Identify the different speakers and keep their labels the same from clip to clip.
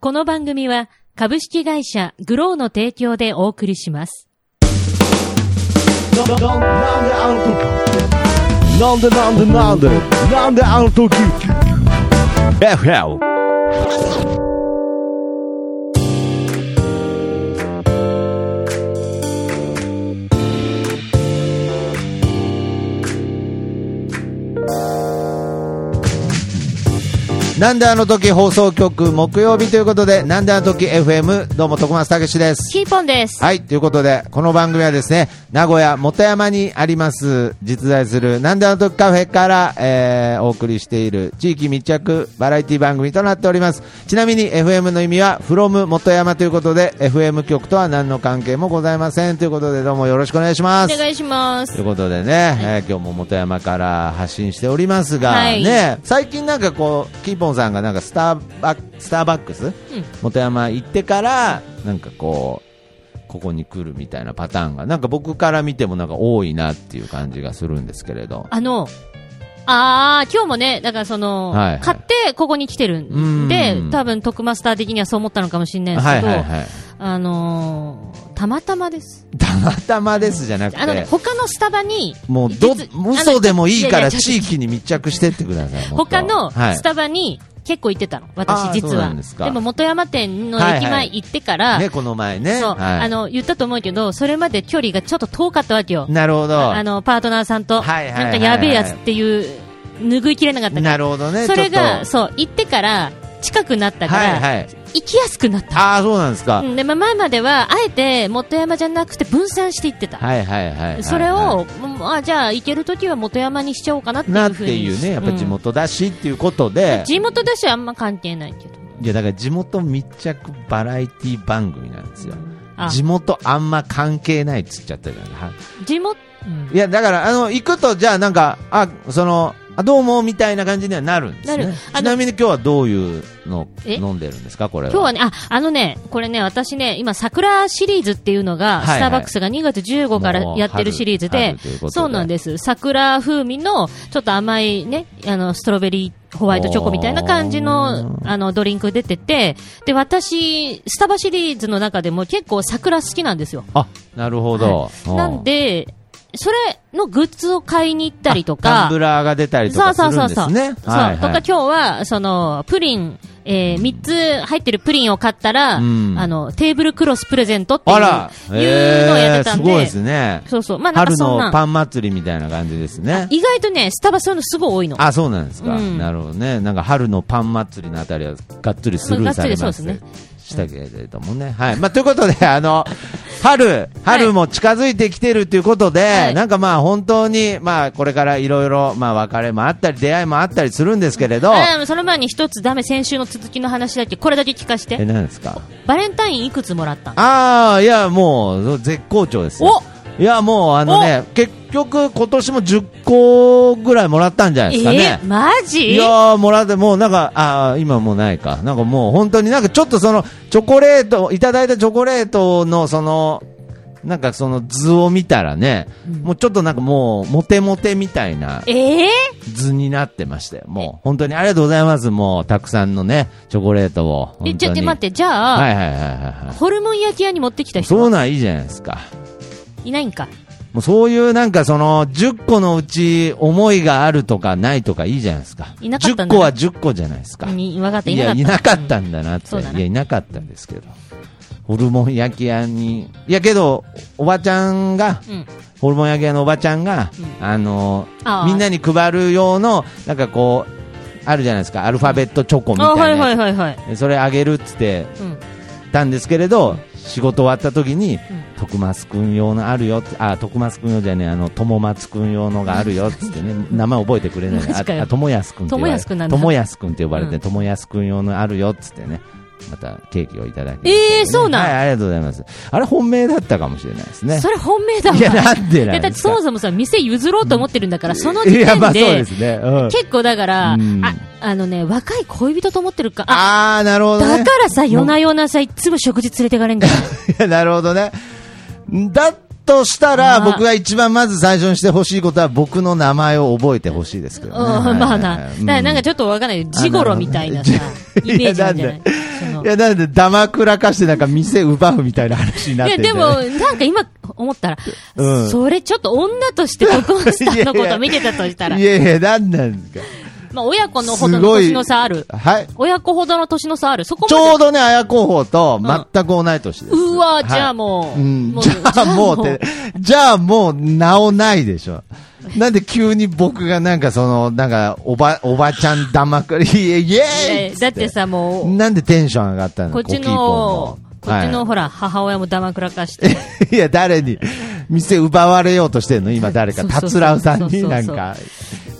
Speaker 1: この番組は株式会社グローの提供でお送りします。
Speaker 2: なんであの時なんでなんでなんでなんであの時 FL
Speaker 3: なんであの時放送局木曜日ということで、なんであの時 FM、どうも徳松たけしです。
Speaker 1: キーポンです。
Speaker 3: はい、ということで、この番組はですね、名古屋元山にあります、実在するなんであの時カフェから、えー、お送りしている地域密着バラエティ番組となっております。ちなみに FM の意味は、from 元山ということで、FM 局とは何の関係もございません。ということで、どうもよろしくお願いしま
Speaker 1: お
Speaker 3: す。
Speaker 1: 願いしま
Speaker 3: とい
Speaker 1: す
Speaker 3: う。ことでね、えー今日も元山から発信しておりますが、
Speaker 1: はい
Speaker 3: ね、最近なんかこう、キーポンさんがなんかスターバスターバックス、元山行ってから、なんかこう、ここに来るみたいなパターンが、なんか僕から見てもなんか多いなっていう感じがするんですけれど。
Speaker 1: あの、ああ、今日もね、だからその、
Speaker 3: はいはい
Speaker 1: 買ってここに来てるんで
Speaker 3: う、ん
Speaker 1: 多分トクマスター的にはそう思ったのかもしれないです
Speaker 3: は
Speaker 1: け
Speaker 3: い
Speaker 1: ど、
Speaker 3: はいはい。
Speaker 1: あのーたまたまです。
Speaker 3: たまたまですじゃなく
Speaker 1: あのね、
Speaker 3: て、
Speaker 1: 他のスタバに、
Speaker 3: もうど
Speaker 1: 実、
Speaker 3: 嘘でもいいか
Speaker 1: あの
Speaker 3: ら
Speaker 1: やや
Speaker 3: 地域に密着してってください。もっと
Speaker 1: 他の
Speaker 3: はい
Speaker 1: スタバに結構行ってたの、
Speaker 3: あ
Speaker 1: 私
Speaker 3: ー
Speaker 1: 実
Speaker 3: そうな
Speaker 1: は。
Speaker 3: んですか
Speaker 1: も元山店の駅前行ってから、
Speaker 3: ね、この前ね。
Speaker 1: そう、
Speaker 3: はい
Speaker 1: あの、言ったと思うけど、それまで距離がちょっと遠かったわけよ。
Speaker 3: なるほど。
Speaker 1: あの、パートナーさんと、
Speaker 3: はいはいはい
Speaker 1: な
Speaker 3: は
Speaker 1: ん
Speaker 3: い
Speaker 1: かやべえやつっていう、拭いきれなかったから。
Speaker 3: なるほどね。
Speaker 1: それが、
Speaker 3: ちょっ
Speaker 1: そう、行ってから、近くなった
Speaker 3: と
Speaker 1: から、
Speaker 3: はいはい。
Speaker 1: 行きやすくなった。
Speaker 3: ああ、そうなんですか。
Speaker 1: うんで、まあ、前までは、あえて、元山じゃなくて分散して行ってた。
Speaker 3: はいはいはいはい。
Speaker 1: それを、もうあ、じゃあ行けるときは元山にしちゃおうかなってい
Speaker 3: な
Speaker 1: う
Speaker 3: っ
Speaker 1: ふう
Speaker 3: て
Speaker 1: に。
Speaker 3: いうね、やっぱ地
Speaker 1: うん
Speaker 3: 元だしっていうことで、
Speaker 1: 地元だしあんま関係ないけど。
Speaker 3: いやだから地元密着バラエティ番組なんですよ。
Speaker 1: あ、
Speaker 3: 地元あんま関係ないっつっちゃったじゃん。は
Speaker 1: 地元、うん
Speaker 3: いやだから、あの、行くとじゃあなんか、あ、その、あどうもみたいな感じにはなるんです
Speaker 1: なる
Speaker 3: ね。
Speaker 1: あの
Speaker 3: ちなみに今日はどういうの
Speaker 1: え
Speaker 3: 飲んでるんですか、これは。
Speaker 1: 今日はね、あ、あのね、これね、私ね、今、桜シリーズっていうのが、
Speaker 3: はいはい
Speaker 1: スターバックスが2月15から
Speaker 3: もう
Speaker 1: やってるシリーズ
Speaker 3: 春
Speaker 1: で
Speaker 3: 春ということ、で
Speaker 1: そうなんです。桜風味の、ちょっと甘いね、あの、ストロベリーホワイトチョコみたいな感じの
Speaker 3: お、ー
Speaker 1: あの、ドリンク出てて、で、私、スタバシリーズの中でも結構桜好きなんですよ。
Speaker 3: あ、なるほど。うん
Speaker 1: なんで、それのグッズを買いに行ったりと
Speaker 3: あタ
Speaker 1: か
Speaker 3: ンブ、ラーが出たりとかするんですね。
Speaker 1: そう、
Speaker 3: はいはい
Speaker 1: とか今日は、その、プリン、えー、3つ入ってるプリンを買ったら、
Speaker 3: うん
Speaker 1: あの、テーブルクロスプレゼントっていう
Speaker 3: あら、
Speaker 1: いうのをやってたんで、
Speaker 3: えーすごいですね。
Speaker 1: そうそう。まあ、なんか
Speaker 3: 春
Speaker 1: そん
Speaker 3: の
Speaker 1: な、
Speaker 3: パン祭りみたいな感じですね。
Speaker 1: 意外とね、スタバそういうのすごい多いの。
Speaker 3: あ、そうなんですか。
Speaker 1: うん
Speaker 3: なるほどね。なんか春のパン祭りのあたりはがっつりスルーされ
Speaker 1: まあが
Speaker 3: ま
Speaker 1: っつ
Speaker 3: す
Speaker 1: りそうです
Speaker 3: したけれどもね。はい。まあ、ということで、 あの、春、春も近づいてきてるということで、
Speaker 1: はい
Speaker 3: なんかまあ本当に、まあこれからいろいろ、まあ別れもあったり、出会いもあったりするんですけれど、
Speaker 1: あでもその前に一つダメ、先週の続きの話だけ、これだけ聞かし
Speaker 3: え、
Speaker 1: て。
Speaker 3: 何ですか
Speaker 1: バレンタインいくつもらったの
Speaker 3: ああ、いや、もう、絶好調ですよ。いや、もう、あのね、結局、今年も10個ぐらいもらったんじゃないですか
Speaker 1: え
Speaker 3: ね。
Speaker 1: ー、マジ
Speaker 3: いやー、もらって、もうなんか、ああ、今もうないか。なんかもう本当になんかちょっとその、チョコレート、いただいたチョコレートのその、なんかその図を見たらね、もうちょっとなんかもう、モテモテみたいな
Speaker 1: えー、
Speaker 3: 図になってましたよ。もう、本当にありがとうございます。もう、たくさんのね、チョコレートを。
Speaker 1: え、
Speaker 3: 本
Speaker 1: ちょ
Speaker 3: 当
Speaker 1: っ
Speaker 3: に
Speaker 1: と待って、じゃあ、
Speaker 3: はいはいはいはいはい。
Speaker 1: ホルモン焼き屋に持ってきた人
Speaker 3: そうなんいいじゃないですか。
Speaker 1: いないんか。
Speaker 3: もうそういうなんかその10個のうち思いがあるとかないとかいいじゃないですか。
Speaker 1: いなかったんだ
Speaker 3: 10個は10個じゃないですか。
Speaker 1: に分かった、い
Speaker 3: い
Speaker 1: なか
Speaker 3: や、
Speaker 1: った。
Speaker 3: いなかったんだなって。
Speaker 1: そうだない
Speaker 3: や、いなかったんですけど。ホルモン焼き屋に。いやけど、おばちゃんが、
Speaker 1: うん。
Speaker 3: ホルモン焼き屋のおばちゃんが、あの
Speaker 1: あー
Speaker 3: みんなに配る用の、なんかこう、あるじゃないですか、アルファベットチョコみ
Speaker 1: あ、
Speaker 3: たいな
Speaker 1: はい
Speaker 3: やつ。
Speaker 1: はいはいはい。
Speaker 3: でそれあげるっつって
Speaker 1: うん。
Speaker 3: たんですけれど、仕事終わった時に、徳松くん用のあるよっつあ、徳松くん用じゃねえ、あの、友松くん用のがあるよっつってね、名前覚えてくれない。
Speaker 1: マジかよ
Speaker 3: あ、あ友安くんって呼ば
Speaker 1: 友
Speaker 3: れ
Speaker 1: 安
Speaker 3: て。
Speaker 1: くんなんだ
Speaker 3: 友安くんって呼ばれ
Speaker 1: う
Speaker 3: て、
Speaker 1: ん
Speaker 3: 友安くん用のあるよっつってね、またケーキをいただき、
Speaker 1: えーそうなん
Speaker 3: はい、ありがとうございます。あれ本命だったかもしれないですね。
Speaker 1: それ本命だわ。
Speaker 3: いや、なんでな
Speaker 1: え
Speaker 3: ん
Speaker 1: だって
Speaker 3: です
Speaker 1: そ
Speaker 3: か
Speaker 1: もそもさ、店譲ろうと思ってるんだから、その時
Speaker 3: いや、
Speaker 1: 点
Speaker 3: まあそう
Speaker 1: で
Speaker 3: で、すね。うん。
Speaker 1: 結構だから、あ
Speaker 3: うん、
Speaker 1: あのね、若い恋人と思ってるか、あ、
Speaker 3: あー、なるほどね。
Speaker 1: だからさ、夜な夜なさ、いつも食事連れてかれんだよ。
Speaker 3: いや、 なるほどね。だとしたら、
Speaker 1: まあ
Speaker 3: 僕が一番まず最初にしてほしいことは、僕の名前を覚えてほしいですけ
Speaker 1: うん
Speaker 3: どね。
Speaker 1: まあな。だからなんか
Speaker 3: ちょ
Speaker 1: ちょっとわかんないけど、ジゴロみたいなさ、イメージなんじゃない
Speaker 3: やなんで
Speaker 1: そのの
Speaker 3: いや、なんで、ダマくらかしてなんか店奪うみたいな話になっ
Speaker 1: い
Speaker 3: て
Speaker 1: や、
Speaker 3: んだ
Speaker 1: で
Speaker 3: よね
Speaker 1: も、なんか今思ったら、
Speaker 3: うん
Speaker 1: それちょっと女として録音したのこと見てたとしたら
Speaker 3: い、やいや、なんなんですか。
Speaker 1: まあ親子のほどの
Speaker 3: すごい。
Speaker 1: 年の差ある。
Speaker 3: はい。
Speaker 1: 親子ほどの年の差ある。そこ
Speaker 3: ちょ
Speaker 1: まで。
Speaker 3: うどね、綾候補と全く同い年です。
Speaker 1: うわ、じゃあもう。
Speaker 3: もうん
Speaker 1: もう
Speaker 3: じゃあもうって、じゃあもう名をないでしょ。なんで急に僕がなんかその、なんか、おば、おばちゃんだまくり、 イエイ
Speaker 1: え
Speaker 3: エイ
Speaker 1: ーだってさ、もう、
Speaker 3: なんでテンション上がったの
Speaker 1: こっち
Speaker 3: コキー
Speaker 1: の
Speaker 3: ポ、ン
Speaker 1: こっちの、ほら、母親もだまくらかして。
Speaker 3: はい、いや、誰に、店奪われようとしてんの今誰か、
Speaker 1: そうそうそう
Speaker 3: 達郎さんに
Speaker 1: そうそう
Speaker 3: なん
Speaker 1: そう
Speaker 3: か、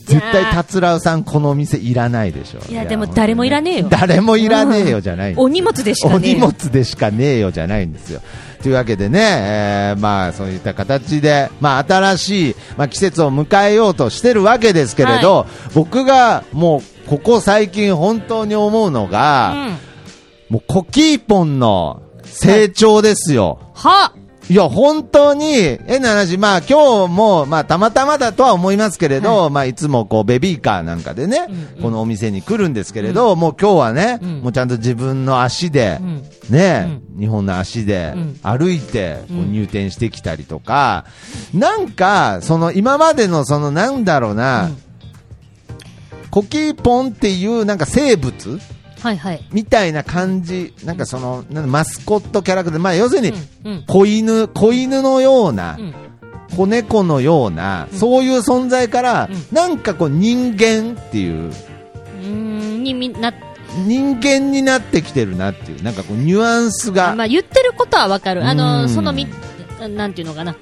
Speaker 3: 絶対達郎さんこの店いらないでしょ。
Speaker 1: いやでも誰もいらねえよ
Speaker 3: 誰もいらねえよじゃないんですよ
Speaker 1: お荷物でしかねえ
Speaker 3: お荷物でしかねえよじゃないんですよ。というわけでね、えーまあそういった形で、まあ新しい、まあ、季節を迎えようとしてるわけですけれど、僕がもうここ最近本当に思うの
Speaker 1: う
Speaker 3: が、
Speaker 1: ん。
Speaker 3: もうコキーポンの成長ですよ。
Speaker 1: はい
Speaker 3: や、本当に、変な話、まあ今日も、まあたまたまだとは思いますけれど、まあいつもこうベビーカーなんかでね、
Speaker 1: うんうん
Speaker 3: このお店に来るんですけれど、もう今日はね、
Speaker 1: うん
Speaker 3: もうちゃんと自分の足で、
Speaker 1: うん
Speaker 3: ね、日本の足で
Speaker 1: うん
Speaker 3: 歩いてこう
Speaker 1: うん
Speaker 3: 入店してきたりとか、なんか、その今までのそのなんだろうな、
Speaker 1: うん
Speaker 3: コキーポンっていうなんか生物
Speaker 1: はいはい。
Speaker 3: みたいな感じ、なんかその、なんかマスコットキャラクター、まあ要するに、
Speaker 1: うん。うん。
Speaker 3: 子犬、子犬のような
Speaker 1: う、ん。
Speaker 3: 子猫のような、
Speaker 1: うん
Speaker 3: そういう存在から、
Speaker 1: う
Speaker 3: なんかこう人間っていう、
Speaker 1: うーん、にみんな、
Speaker 3: 人間になってきてるなっていう、なんかこうニュアンスが、
Speaker 1: まあ言ってることはわかる。あ
Speaker 3: う
Speaker 1: の、
Speaker 3: ん
Speaker 1: そのみ、なんていうのかな。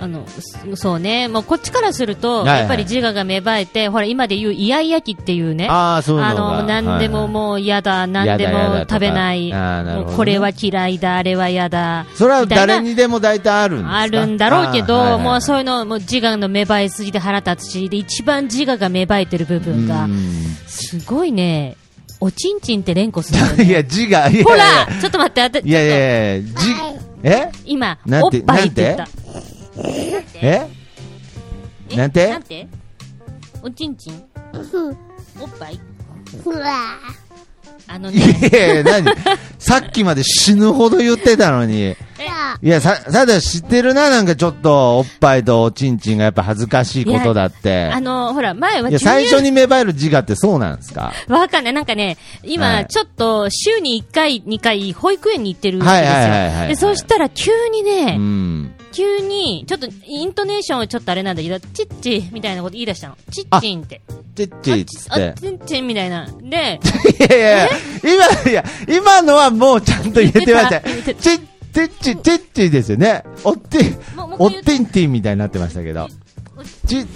Speaker 1: あの、そそうね。もうこっちからすると、
Speaker 3: はいはい
Speaker 1: やっぱり自我が芽生えて、ほら、今で言うイヤイヤ期っていうね。
Speaker 3: ああ、そういう
Speaker 1: あ
Speaker 3: のが。
Speaker 1: の、何でも
Speaker 3: う、
Speaker 1: もう嫌だ、何で
Speaker 3: やだやだ
Speaker 1: も
Speaker 3: とか
Speaker 1: 食べない、
Speaker 3: あーなるほどね
Speaker 1: もうこれは嫌いだ、あれは嫌だ。
Speaker 3: それは
Speaker 1: みたいな
Speaker 3: 誰にでも大体あるんですか
Speaker 1: あるんだろうけど、
Speaker 3: あーはいはい
Speaker 1: もうそういうの、もう自我の芽生えすぎて腹立つし、で、一番自我が芽生えてる部分が、
Speaker 3: うん
Speaker 1: すごいね、おちんちんって連呼するんだよね
Speaker 3: いや、字が、いやいや
Speaker 1: ほらちょっと待って、あた、
Speaker 3: いやいやいや、字、え
Speaker 1: 今、
Speaker 3: な
Speaker 1: お
Speaker 3: ん
Speaker 1: ってぱいって言った。
Speaker 3: え
Speaker 1: え
Speaker 3: なんて
Speaker 1: なんておちんちんおっぱい
Speaker 4: Dạ.
Speaker 1: あの
Speaker 3: い
Speaker 1: ね、
Speaker 3: やいや、何 さっきまで死ぬほど言ってたのに。いや、さ、さだ知ってるな、なんかちょっと、おっぱいとおちんちんがやっぱ恥ずかしいことだって
Speaker 1: あ。の、ほら、前はい
Speaker 3: や、
Speaker 1: 牛
Speaker 3: 最
Speaker 1: 乳
Speaker 3: 初に芽生える自我ってそうなんですか
Speaker 1: わかんない。なんかね、
Speaker 3: は
Speaker 1: 今、
Speaker 3: い
Speaker 1: ちょっと、週に1回、2回、保育園に行ってるんですよ。
Speaker 3: はいはいはいはいはい
Speaker 1: で、そしたら、急に
Speaker 3: う
Speaker 1: ね、
Speaker 3: ん。
Speaker 1: 急に、ちょっと、イントネーションはちょっとあれなんだけど、チッチみたいなこと言い出したの。チッチンって。
Speaker 3: ちっちっつっ
Speaker 1: あ、
Speaker 3: て。
Speaker 1: チッチンみたいな。で、
Speaker 3: いやいや、今、いや、今のはもうちゃんと言えてました。
Speaker 1: 言ってた
Speaker 3: ちっ、ちっち、ちっちですよね。おってん、
Speaker 1: もうもう
Speaker 3: お
Speaker 1: 一
Speaker 3: っ
Speaker 1: 回言って
Speaker 3: てんてんみたいになってましたけど。
Speaker 1: お
Speaker 3: ち、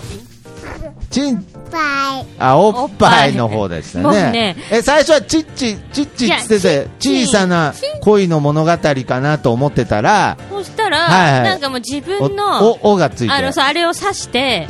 Speaker 3: ちん、あ、おっぱいの方でした
Speaker 1: もう
Speaker 3: ね。
Speaker 1: ね
Speaker 3: え、最初はちっち、ちっちっつってて、
Speaker 1: いやちっち
Speaker 3: 小さな恋の物語かなと思ってたら、
Speaker 1: そしたら、
Speaker 3: はいはい
Speaker 1: なんかもう自
Speaker 3: お
Speaker 1: 分の、、
Speaker 3: お、おがついて
Speaker 1: あの、
Speaker 3: る。
Speaker 1: そう、あれを刺して、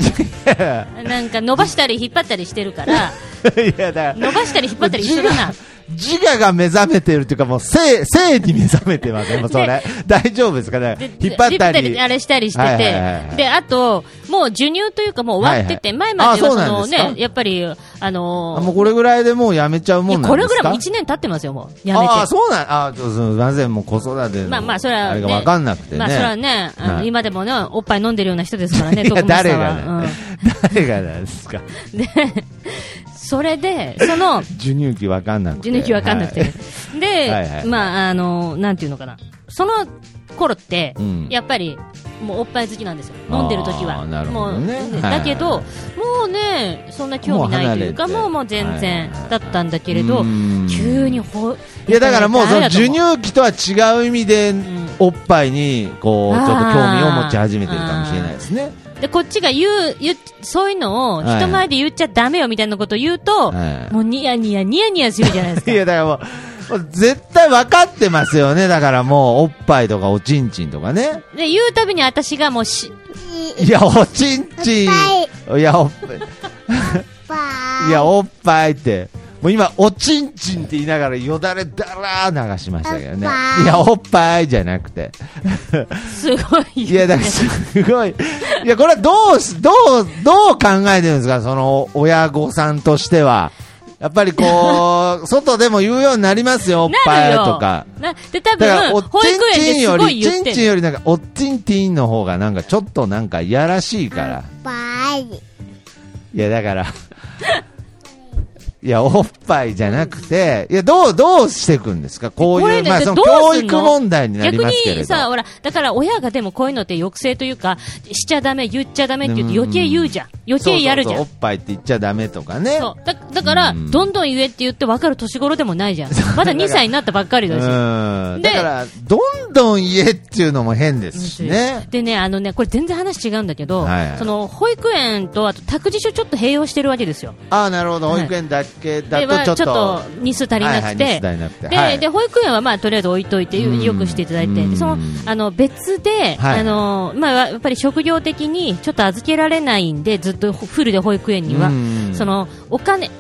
Speaker 1: なんか伸ばしたり引っ張ったりしてるから、
Speaker 3: いや、だから
Speaker 1: 伸ばしたり引っ張ったり一緒だな。
Speaker 3: 自我が目覚めてるという か、もう性、性に目覚めてますね、もうそれ。大丈夫ですかね
Speaker 1: で。
Speaker 3: 引っ張った
Speaker 1: 引
Speaker 3: り。
Speaker 1: あれしたりしてて、
Speaker 3: はいはいはいはい
Speaker 1: で、あと、もう授乳というかもう終わってて、
Speaker 3: はいは
Speaker 1: 前
Speaker 3: い
Speaker 1: までは
Speaker 3: あそう
Speaker 1: そ
Speaker 3: なん
Speaker 1: の
Speaker 3: ですか
Speaker 1: ね、やっぱり、あの
Speaker 3: あ
Speaker 1: ー
Speaker 3: もうこれぐらいでもうやめちゃう
Speaker 1: い
Speaker 3: も
Speaker 1: や
Speaker 3: んな
Speaker 1: こ
Speaker 3: んで
Speaker 1: れ
Speaker 3: す
Speaker 1: ぐ
Speaker 3: から
Speaker 1: いも1年経ってますよ、もう。やめて。
Speaker 3: ああ、そうなん、ああ、ちょっとすみません、もう子育ての。
Speaker 1: まあまあ、それは、ね。
Speaker 3: あれがわかんなくてね。
Speaker 1: まあ、それはね、あの
Speaker 3: はい
Speaker 1: 今でもね、おっぱい飲んでるような人ですからね、
Speaker 3: いや、
Speaker 1: 徳松
Speaker 3: 誰
Speaker 1: さんは
Speaker 3: がね、 誰がなんですか。
Speaker 1: うんで、それで、その、
Speaker 3: 授乳期わかんなくて。
Speaker 1: 受乳期わかんなくて。
Speaker 3: はい
Speaker 1: で、
Speaker 3: はいはい
Speaker 1: まあ、あの、なんていうのかな。その頃って、
Speaker 3: うん
Speaker 1: やっぱり、もうおっぱい好きなんですよ。飲んでる時
Speaker 3: あ
Speaker 1: は。
Speaker 3: ーなるほどね
Speaker 1: もう
Speaker 3: はい
Speaker 1: だけど、もうね、そんな興味ないというか、も
Speaker 3: もう離れて
Speaker 1: うもう全然
Speaker 3: はい
Speaker 1: だったんだけれど、
Speaker 3: うん
Speaker 1: 急にほ、
Speaker 3: いやだからもうそ
Speaker 1: 誰
Speaker 3: の
Speaker 1: だと
Speaker 3: 授
Speaker 1: 思う
Speaker 3: 乳期とは違う意味で
Speaker 1: ん
Speaker 3: おっぱいにこうちょっと興味を持ち始めてるかもしれないですね。
Speaker 1: で、こっちが言う、言う、そういうのを
Speaker 3: はい
Speaker 1: 人前で言っちゃダメよみたいなこと言うと、
Speaker 3: はい
Speaker 1: もうニヤニヤ、ニヤニヤするじゃないです
Speaker 3: い
Speaker 1: か。
Speaker 3: やだからもうもう絶対分かってますよねだからもうおっぱいとかおちんちんとかね。
Speaker 1: で、言うたびに私がもうし、
Speaker 3: いやおちんちんいやおっぱいいやおっぱいって。もう今、おちんちんって言いながらよだれだらー流しましたけどね。いや、おっぱいじゃなくて。
Speaker 1: すごい。
Speaker 3: いや、だから すごい。いや、これはどうす、どう、どう考えてるんですかその、親御さんとしては。やっぱり こう、外でも言うようになりますよ、おっ
Speaker 1: な
Speaker 3: ぱ
Speaker 1: る
Speaker 3: い
Speaker 1: よ。
Speaker 3: とか。
Speaker 1: なで、多
Speaker 3: だから、お
Speaker 1: 分、
Speaker 3: っ
Speaker 1: 保
Speaker 3: ち
Speaker 1: 育
Speaker 3: ん
Speaker 1: 園
Speaker 3: ち
Speaker 1: で
Speaker 3: ん
Speaker 1: す
Speaker 3: よ
Speaker 1: ごい
Speaker 3: り、
Speaker 1: 言
Speaker 3: ち
Speaker 1: っ
Speaker 3: ん
Speaker 1: て
Speaker 3: ちん
Speaker 1: る。
Speaker 3: よりなんか、おっちんティンの方がなんかちょっとなんかいやらしいから。
Speaker 4: ぱい。
Speaker 3: いや、だから。いや、おっぱいじゃなくて、いや、どう、どうしていくんですかこう
Speaker 1: これ
Speaker 3: いう、
Speaker 1: ね
Speaker 3: まあ、
Speaker 1: で
Speaker 3: そ
Speaker 1: ど
Speaker 3: の
Speaker 1: うすんの
Speaker 3: 教育問題になり
Speaker 1: 逆
Speaker 3: ますけれ
Speaker 1: に
Speaker 3: ど。
Speaker 1: さ、ほら、だから親がでもこういうのって抑制というか、しちゃダメ、言っちゃダメって言って余計言うじゃん。余計やるじゃん
Speaker 3: そうそう。そうおっぱいって言っちゃダメとかね。
Speaker 1: そう。だだから、
Speaker 3: うん
Speaker 1: どんどん言えって言って分かる年頃でもないじゃん。まだ
Speaker 3: だから
Speaker 1: 2歳になったばっかりだし。
Speaker 3: うん。
Speaker 1: で
Speaker 3: だから、どんどん言えっていうのも変ですしね。
Speaker 1: でね、あのね、これ全然話違うんだけど、
Speaker 3: はいはい
Speaker 1: その、保育園と、あと、託児所ちょっと併用してるわけですよ。
Speaker 3: ああ、なるほど。
Speaker 1: は
Speaker 3: 保
Speaker 1: い
Speaker 3: 育園だけだ
Speaker 1: では、ちょ
Speaker 3: と
Speaker 1: っ
Speaker 3: ちょっと
Speaker 1: と。、日数足りなくて。
Speaker 3: はいはい日数足りなくて
Speaker 1: で、
Speaker 3: はい
Speaker 1: で、保育園はまあ、とりあえず置いといて、
Speaker 3: うん
Speaker 1: よくしていただいて。
Speaker 3: うん
Speaker 1: でその、あの、別で、
Speaker 3: はい
Speaker 1: あの、まあ、やっぱり職業的に、ちょっと預けられないんで、ずっとフルで保育園には
Speaker 3: うん、
Speaker 1: その、お金、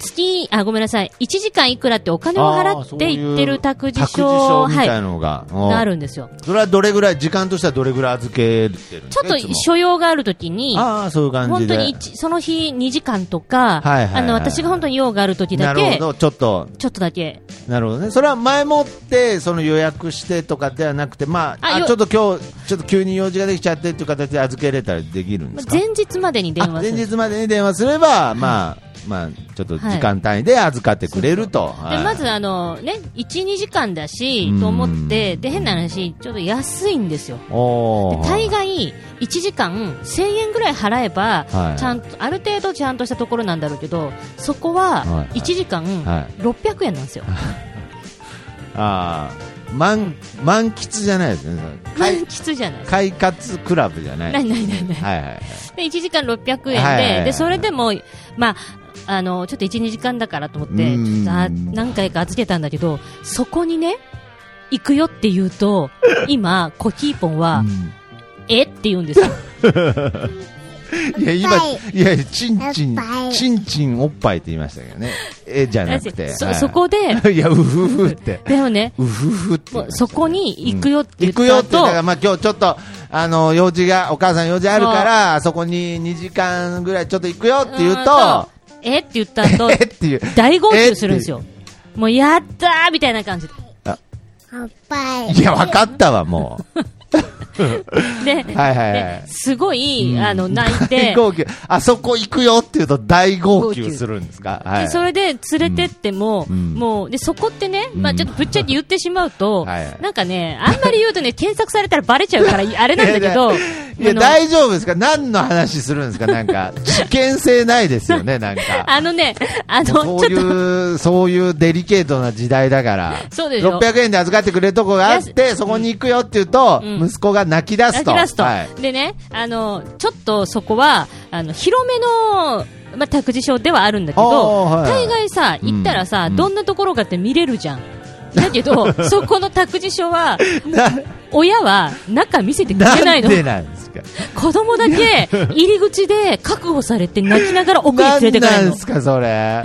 Speaker 1: 月、あ、ごめんなさい、1時間いくらってお金を払って行ってる託児所、
Speaker 3: 託児所み
Speaker 1: は
Speaker 3: たい
Speaker 1: い
Speaker 3: な、のが、うん
Speaker 1: があるんですよ。
Speaker 3: それはどれぐらい時間としてはどれぐらい預けてるんですか
Speaker 1: ちょっと
Speaker 3: いつも
Speaker 1: 所用があるときに、
Speaker 3: ああそういう感
Speaker 1: 本
Speaker 3: じで
Speaker 1: 当に一その日2時間とか、
Speaker 3: はいはいは
Speaker 1: あ
Speaker 3: い
Speaker 1: の私が本当に用があるときだ
Speaker 3: なるほ
Speaker 1: け、
Speaker 3: どちょっと
Speaker 1: ちょっとだけ、
Speaker 3: なるほどねそれは前もってその予約してとかではなくてまあ
Speaker 1: あ
Speaker 3: あ
Speaker 1: よ
Speaker 3: ちょっと今日ちょっと急に用事ができちゃってっていう形で預けれたりできるんですか
Speaker 1: 前日までに電
Speaker 3: あ
Speaker 1: 話
Speaker 3: 前
Speaker 1: する。
Speaker 3: 日までに電話すれば、まあまあちょっと時間単位で預かってくれると、
Speaker 1: で
Speaker 3: はい
Speaker 1: まずあの、ね、1、2時間だし
Speaker 3: うん
Speaker 1: と思って、で変な話、ちょっと安いんですよ、
Speaker 3: お
Speaker 1: で
Speaker 3: ー
Speaker 1: 大概1時間1000円ぐらい払えば、
Speaker 3: はい
Speaker 1: ちゃんとある程度ちゃんとしたところなんだろうけど、そこは
Speaker 3: はいはい
Speaker 1: 1時間
Speaker 3: は
Speaker 1: 600円なん ですよ、
Speaker 3: ああ満満喫じゃないですね
Speaker 1: 満喫じゃない、
Speaker 3: 快活クラブじゃない
Speaker 1: ないないないない。
Speaker 3: はいはいはい
Speaker 1: で、1時間600円で、
Speaker 3: はいはいはい
Speaker 1: で、それでも、まあ、あの、ちょっと1、2時間だからと思って、
Speaker 3: うん
Speaker 1: ちょっとあ何回か預けたんだけど、そこにね、行くよって言う と、今、コキーポンは、えって言うんですよ。
Speaker 3: いや、今、いや、ちんちん
Speaker 4: おっぱ、い
Speaker 3: ちんちんおっぱいって言いましたけどね。えじゃなくて。
Speaker 1: そ
Speaker 3: はい
Speaker 1: そこで、
Speaker 3: いや、うふふって。
Speaker 1: でもね、
Speaker 3: うふふって言
Speaker 1: も
Speaker 3: いうました
Speaker 1: そ
Speaker 3: ね。
Speaker 1: こに行くよって言っ
Speaker 3: 行
Speaker 1: た
Speaker 3: くよって、だ
Speaker 1: 後、
Speaker 3: から、まあ今日ちょっと、あの、用事が、お母さん用事あるから、そこに2時間ぐらいちょっと行くよって言うと、
Speaker 1: うんえって言った後
Speaker 3: え、っていう。
Speaker 1: 大号泣するんですよ。もう、やったーみたいな感じで。
Speaker 4: おっぱい。
Speaker 3: いや、わかったわ、もう。
Speaker 1: で、
Speaker 3: はいはいはい
Speaker 1: ですごい、あの、泣いて
Speaker 3: 大、号泣。あそこ行くよって言うと大号泣するんですかは
Speaker 1: で
Speaker 3: い。
Speaker 1: それで連れてっても、
Speaker 3: うん
Speaker 1: もうでそこってね、まあ、ちょっとぶっちゃけ言ってしまうと、
Speaker 3: はい
Speaker 1: なんかね、あんまり言うとね、検索されたらバレちゃうから、いあれなんだけど、
Speaker 3: いや、
Speaker 1: あの
Speaker 3: 大丈夫ですか何の話するんですかなんか、事件性ないですよね、なんか。
Speaker 1: あのね、あの、ち
Speaker 3: も
Speaker 1: ょ
Speaker 3: う
Speaker 1: っ
Speaker 3: そうい
Speaker 1: と、
Speaker 3: う、そういうデリケートな時代だから。
Speaker 1: そうでしょ
Speaker 3: 600円で預かってくれるとこがあって、そこに行くよって言うと、
Speaker 1: うん
Speaker 3: 息子が泣き出すと。
Speaker 1: 出すと、
Speaker 3: はい。
Speaker 1: でね、あの、ちょっとそこは、あの、広めの、まあ、託児所ではあるんだけど、
Speaker 3: あーはいはい
Speaker 1: 大概さ、行ったらさ、
Speaker 3: うん
Speaker 1: どんなところかって見れるじゃん。だけ ど、そこの託児所は、
Speaker 3: な、
Speaker 1: 親は中見せてくれない
Speaker 3: なん
Speaker 1: の。
Speaker 3: でなんですか
Speaker 1: 子供だけ入り口で確保されて泣きながら奥に連
Speaker 3: 何
Speaker 1: れてかれ
Speaker 3: な
Speaker 1: る
Speaker 3: ん
Speaker 1: の
Speaker 3: ですか、それ。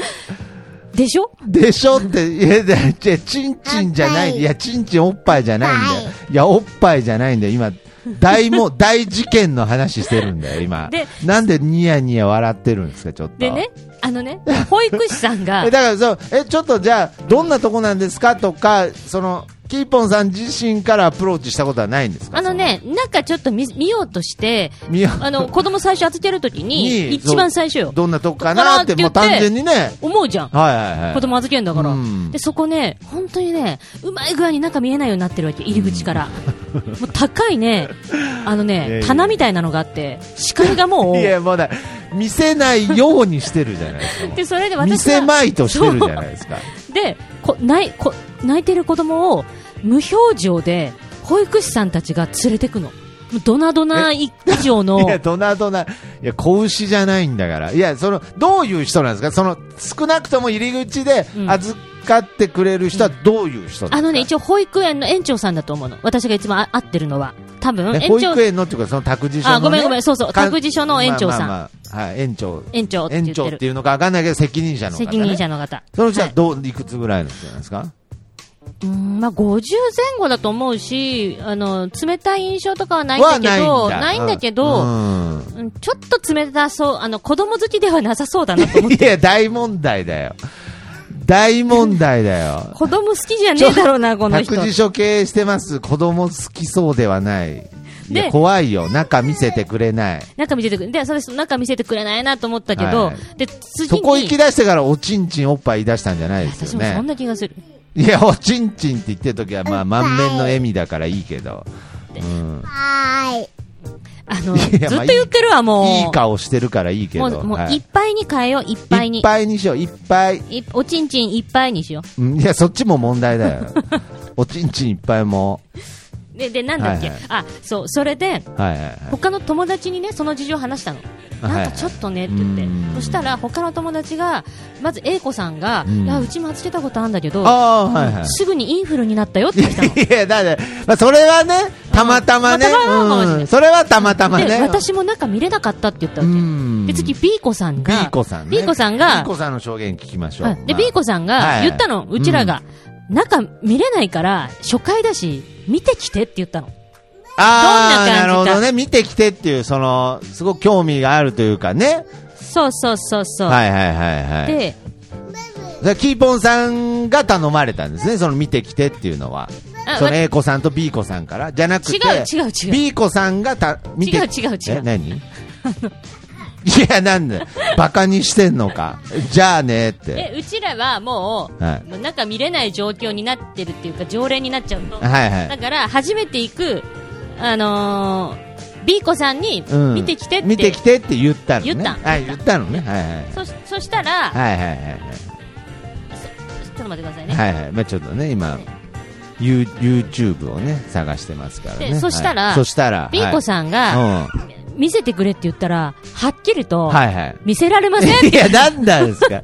Speaker 1: でしょ
Speaker 3: でしょって、いや、だいやちんちんじゃな
Speaker 4: おっぱ
Speaker 3: い。
Speaker 4: い
Speaker 3: いや、ちんちんおっぱいじゃないんだよ
Speaker 4: は。
Speaker 3: いや、おっぱいじゃないんだよ。今、大 も、大事件の話してるんだよ、今
Speaker 1: で。
Speaker 3: なんでニヤニヤ笑ってるんですか、ちょっと。
Speaker 1: でね、あのね、保育士さんが
Speaker 3: え、だからそう、え、ちょっとじゃあ、どんなとこなんですかとか、その、キーポンさん自身からアプローチしたことはないんですか
Speaker 1: あの、ね、中ちょっと見見ようとして、
Speaker 3: そのみや
Speaker 1: あの、子供最初預けるとき に、一番最初
Speaker 3: そう
Speaker 1: よ。
Speaker 3: どんなとこかなって、
Speaker 1: ど
Speaker 3: もう
Speaker 1: こかなって言って
Speaker 3: 単純にね。
Speaker 1: 思うじゃん。
Speaker 3: はいはいはい。
Speaker 1: 子供預けんだから、
Speaker 3: うん
Speaker 1: でそこね、本当にね、うまい具合に中見えないようになってるわけ、入り口から、もう高いね、あの
Speaker 3: いやい
Speaker 1: ね、
Speaker 3: や
Speaker 1: 棚みたいなのがあって、視界がもう、
Speaker 3: いや、もうだ、見せないようにしてるじゃないですか も
Speaker 1: でそれで
Speaker 3: う。見
Speaker 1: 私
Speaker 3: せ
Speaker 1: が
Speaker 3: まいとしてるじゃないですか。
Speaker 1: でこ泣いこ泣いてる子供を無表情で保育士さんたちが連れてくのドナドナ以上の
Speaker 3: いや、どなどな、いや、子牛じゃないんだから。いや、その、どういう人なんですかその、少なくとも入り口で
Speaker 1: うん
Speaker 3: 預かってくれる人はどういう人ですか、
Speaker 1: あのね一応保育園の園長さんだと思うの私が一番あ会ってるのは多分
Speaker 3: え
Speaker 1: 園
Speaker 3: 保
Speaker 1: 長
Speaker 3: 育園のっていうか、その託児所
Speaker 1: あ
Speaker 3: の、ね。
Speaker 1: ごめんごめんそうそう
Speaker 3: か
Speaker 1: 託児所の園長さん
Speaker 3: まあまあまあはい、園長。
Speaker 1: 園長って言
Speaker 3: 園
Speaker 1: って
Speaker 3: 長
Speaker 1: る
Speaker 3: っていうのかわかんないけど、責任者の方、ね。
Speaker 1: 責任者の方
Speaker 3: その人は
Speaker 1: はい
Speaker 3: どう、い、くつぐらいの人なんですか
Speaker 1: うーんまあ、50前後だと思うしあの冷たい印象とかはないんだけど
Speaker 3: は
Speaker 1: ないんだけど、
Speaker 3: うん
Speaker 1: うーうんちょっと冷たそう、あの、子供好きではなさそうだなと思っ
Speaker 3: い
Speaker 1: て。
Speaker 3: や、大問題だよ。大問題だよ。
Speaker 1: 子供好きじゃねえだろう な、この人
Speaker 3: 託。児所系してます。子供好きそうではない。いや
Speaker 1: で
Speaker 3: 怖いよ。中見せてくれない。
Speaker 1: 中見せてくれ、で、それ、中見せてくれないなと思ったけど、
Speaker 3: はいは
Speaker 1: で、次に。
Speaker 3: そこ行き出してから、おちんちんおっぱい言い出したんじゃないです
Speaker 1: 私
Speaker 3: よ
Speaker 1: もそん
Speaker 3: ね。
Speaker 1: な気がする。
Speaker 3: いや、おちんちんって言ってるときは、まあ、満面の笑みだからいいけど。うん。
Speaker 4: は
Speaker 1: あの、ず
Speaker 3: い
Speaker 1: っ
Speaker 3: や
Speaker 1: と
Speaker 3: まあ
Speaker 1: 言ってるわ、もう。
Speaker 3: いい顔してるからいいけ
Speaker 1: も
Speaker 3: ど。
Speaker 1: う、もう
Speaker 3: はい
Speaker 1: いっぱいに変えよう、いっぱい
Speaker 3: い
Speaker 1: に。
Speaker 3: っぱいにしよう、いっぱい。
Speaker 1: いおちんちんいっぱいにしよ
Speaker 3: うんいや、そっちも問題だよ。 おちんちんいっぱいも。
Speaker 1: う。で、で、なんだっけ、
Speaker 3: はいはい
Speaker 1: あ、そう、それで、
Speaker 3: はいはいはい。
Speaker 1: 他の友達にね、その事情を話したの。
Speaker 3: はい
Speaker 1: なんかちょっとねって言って
Speaker 3: うん。
Speaker 1: そしたら、他の友達が、まず A 子さんが、
Speaker 3: うん
Speaker 1: いや、うちも預けたことあるんだけど、
Speaker 3: ああ、はいはい。
Speaker 1: すぐにインフルになったよって来たの。
Speaker 3: いや、だって、まあ、それはね、たまたまね。
Speaker 1: まあたまたまかもしれない
Speaker 3: うんそれはたまたま
Speaker 1: で、
Speaker 3: ね。
Speaker 1: 私も中見れなかったって言ったわけ。
Speaker 3: うん
Speaker 1: で、次、B 子さん
Speaker 3: B
Speaker 1: が、
Speaker 3: 子さんね。
Speaker 1: B 子さんが
Speaker 3: B 子さんの証言聞きましょ
Speaker 1: は
Speaker 3: う
Speaker 1: い。で、B 子さん
Speaker 3: はい
Speaker 1: が
Speaker 3: はい
Speaker 1: 言ったの、うちらが、中見れないから、初回だし、見てきてって言ったの。
Speaker 3: あ
Speaker 1: どんな感
Speaker 3: あ
Speaker 1: じか
Speaker 3: なるほどね。見てきてっていう、その、すごく興味があるというかね。
Speaker 1: そうそうそうそう。
Speaker 3: はいはいはいはい。
Speaker 1: で、
Speaker 3: それはキーポンさんが頼まれたんですね。その見てきてっていうのは。
Speaker 1: あ
Speaker 3: その
Speaker 1: わ
Speaker 3: A 子さんと B 子さんから。じゃなくて、
Speaker 1: 違う違う違う
Speaker 3: B 子さんがた、見て
Speaker 1: 違う違う違う
Speaker 3: え何 いや、なんだバカにしてんのか。じゃあねって。
Speaker 1: え、うちらはもう、
Speaker 3: はい
Speaker 1: もう中見れない状況になってるっていうか、常連になっちゃうと。
Speaker 3: はいは
Speaker 1: だ
Speaker 3: い。
Speaker 1: から、初めて行く、あのー、B 子さんに、
Speaker 3: うん
Speaker 1: 見てきてって。
Speaker 3: 見てきてって言ったのね。
Speaker 1: 言った
Speaker 3: はい、言ったのね。はいはい。
Speaker 1: そ、そしたら、
Speaker 3: はいはい
Speaker 1: ちょっと待ってくださいね。
Speaker 3: はい。はいはい。まあちょっとね、今、ユー YouTube をね、探してますからね。
Speaker 1: でそしたら
Speaker 3: はいそしたら、
Speaker 1: B 子さんが、
Speaker 3: はい
Speaker 1: 見せてくれって言ったら、はっきり
Speaker 3: う
Speaker 1: と、
Speaker 3: ん。はいはい。
Speaker 1: 見せられませんって
Speaker 3: いや、なんなんです か。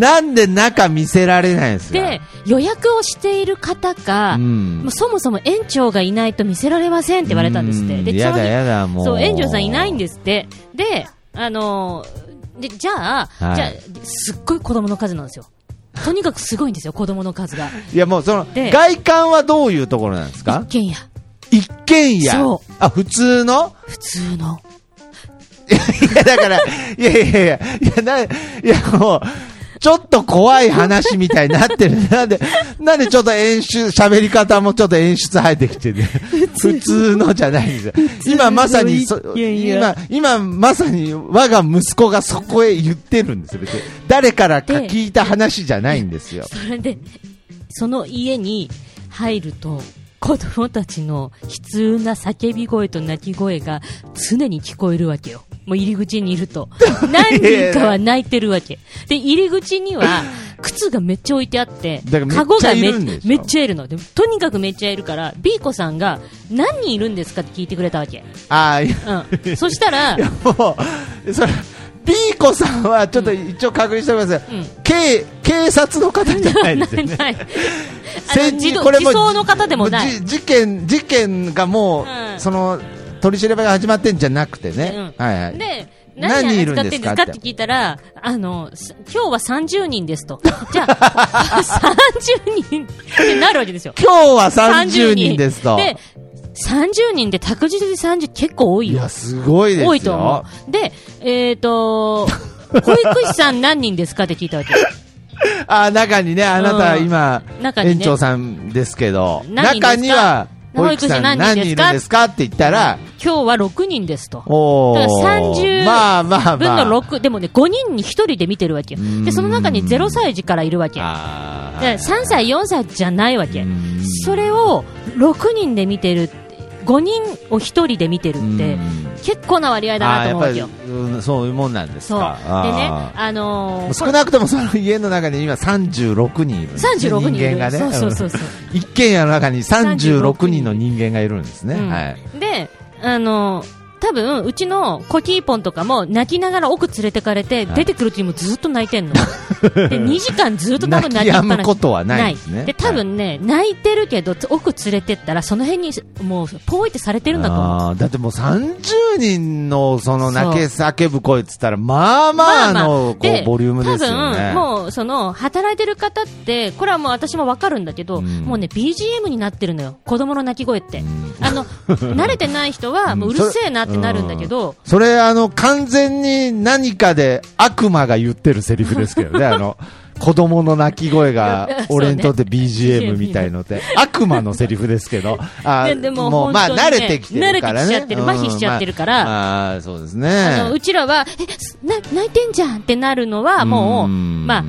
Speaker 3: なんで中見せられないんですか。
Speaker 1: で、予約をしている方か、
Speaker 3: うん
Speaker 1: もうそもそも園長がいないと見せられませんって言われたんですっ
Speaker 3: う
Speaker 1: て。
Speaker 3: ん
Speaker 1: で、
Speaker 3: や
Speaker 1: ちょ
Speaker 3: だ
Speaker 1: うど
Speaker 3: やだ、もう。。
Speaker 1: そう、園長さんいないんですすって。で、あのーで、じゃあ、
Speaker 3: はい
Speaker 1: じゃあ、すっごい子供の数なんですよ。とにかくすごいんですよ、子供の数が。
Speaker 3: いや、もうその、
Speaker 1: で
Speaker 3: 外観はどういうところなんですか
Speaker 1: 一軒家。
Speaker 3: 一軒家。
Speaker 1: そう
Speaker 3: あ、普通の
Speaker 1: 普通の。
Speaker 3: いや、だから、いやいやいや、いや、な、いや、もう、ちょっと怖い話みたいになってる。なんで、なんでちょっと演出、喋り方もちょっと演出入ってきてね。普通のじゃないんですよ。今まさにそ、
Speaker 1: いやい
Speaker 3: 今
Speaker 1: や、
Speaker 3: 今まさに我が息子がそこへ言ってるんですよ。別に。誰からか
Speaker 1: で
Speaker 3: 聞いた話じゃないんですよ。
Speaker 1: それで、その家に入ると、子供たちの悲痛な叫び声と泣き声が常に聞こえるわけよ。もう入り口にいる と。何人かは泣いてるわけ。で、入り口には、 靴がめっちゃ置いてあって
Speaker 3: だから、
Speaker 1: カゴが
Speaker 3: めっちゃ
Speaker 1: め
Speaker 3: いるんでしょ
Speaker 1: めっちゃいるの。でもとにかくめっちゃいるから、B 子さんが何人いるんですかって聞いてくれたわけ。
Speaker 3: ああ、いや
Speaker 1: うん。そしたら、
Speaker 3: もう、それ、ビーコさんはちょっと一応確認しておきます。
Speaker 1: うん
Speaker 3: 警、警察の方じゃないですよ ね。
Speaker 1: ない。 あの
Speaker 3: 先
Speaker 1: 自
Speaker 3: 日
Speaker 1: 動
Speaker 3: これ
Speaker 1: 自走の方でもない。
Speaker 3: じ事件事件がもう、
Speaker 1: うん
Speaker 3: その取り調べが始まってんじゃなくてね、
Speaker 1: うん
Speaker 3: はいはい
Speaker 1: で、
Speaker 3: 何
Speaker 1: 何
Speaker 3: 人い
Speaker 1: に
Speaker 3: るん
Speaker 1: 扱
Speaker 3: で
Speaker 1: っ
Speaker 3: すか
Speaker 1: てるんですかって聞いたら、あの、す今日は30人ですと。 じゃあ、30人ってなるわけですよ。
Speaker 3: 今日は30人ですと
Speaker 1: で、30人で託児所で30結構多い
Speaker 3: い
Speaker 1: よ
Speaker 3: や。すごいですよ
Speaker 1: 多いと思う。で、えっ、 と、保育士さん何人ですかって聞いたわけ。
Speaker 3: あ中にねあなた
Speaker 1: うん
Speaker 3: 今、
Speaker 1: 中にね
Speaker 3: 園長さんですけど
Speaker 1: 何人ですか
Speaker 3: 中には保
Speaker 1: 保
Speaker 3: 育
Speaker 1: 育
Speaker 3: 士
Speaker 1: 士
Speaker 3: さん
Speaker 1: さん
Speaker 3: 何人いるんですかって言ったら、
Speaker 1: 今日は6人ですと。
Speaker 3: お
Speaker 1: だ
Speaker 3: ー
Speaker 1: から30
Speaker 3: まあまあ
Speaker 1: 分
Speaker 3: まあ
Speaker 1: の6、でもね、5人に1人で見てるわけよ。で、その中に0歳児からいるわけ。
Speaker 3: あー
Speaker 1: で3歳、4歳じゃないわけ
Speaker 3: ん、
Speaker 1: それを6人で見てるって、5人を1人で見てるって
Speaker 3: うん、
Speaker 1: 結構な割合だな
Speaker 3: あー
Speaker 1: と
Speaker 3: や
Speaker 1: 思う
Speaker 3: っぱ
Speaker 1: わけ
Speaker 3: り、
Speaker 1: よ。
Speaker 3: うん、そういうもんなんです
Speaker 1: そう。でね
Speaker 3: か、あー
Speaker 1: あのー、
Speaker 3: 少なくともその家の中に今36人いるんですね
Speaker 1: 36人いる
Speaker 3: 人間がね
Speaker 1: そうそうそうそ
Speaker 3: うん一軒家の中に36人の人間がいるんですね、
Speaker 1: うん
Speaker 3: はい、
Speaker 1: で、あのー、多分、うちのコキーポンとかも泣きながら奥連れてかれて、
Speaker 3: はい
Speaker 1: 出てくる時もずっと泣いてんの。で2時間ずっと多分泣きっぱなし
Speaker 3: 泣き止むことはないですね
Speaker 1: で多分ね、泣いてるけどつ奥連れてったらその辺にもうポイってされてるんだと思う
Speaker 3: あーだってもう30人のその泣け叫ぶ声っつったら、まあまあの、こ
Speaker 1: で
Speaker 3: うボリュームですよ
Speaker 1: 多
Speaker 3: ね。
Speaker 1: 分もうその働いてる方ってこれはもう私もわかるんだけど、
Speaker 3: うん
Speaker 1: もうね BGM になってるのよ子供の泣き声って、あの 慣れてない人はもううるせえなってなるんだけど、
Speaker 3: それ、あの、完全に何かで悪魔が言ってるセリフです けどね、あの、子供の泣き声が
Speaker 1: そうね
Speaker 3: 俺にとって BGM みたいのって、悪魔のセリフですけど、あ
Speaker 1: で
Speaker 3: ー
Speaker 1: でも
Speaker 3: もう、まあ、
Speaker 1: 本
Speaker 3: 慣
Speaker 1: 当にね
Speaker 3: れてきてるからね。
Speaker 1: 慣れてきちゃってる麻痺しちゃってるから
Speaker 3: うんまあ、あーそうです
Speaker 1: あのう
Speaker 3: ね。
Speaker 1: ちらはえすな泣いてんじゃんってなるのはもう、
Speaker 3: ん
Speaker 1: まあ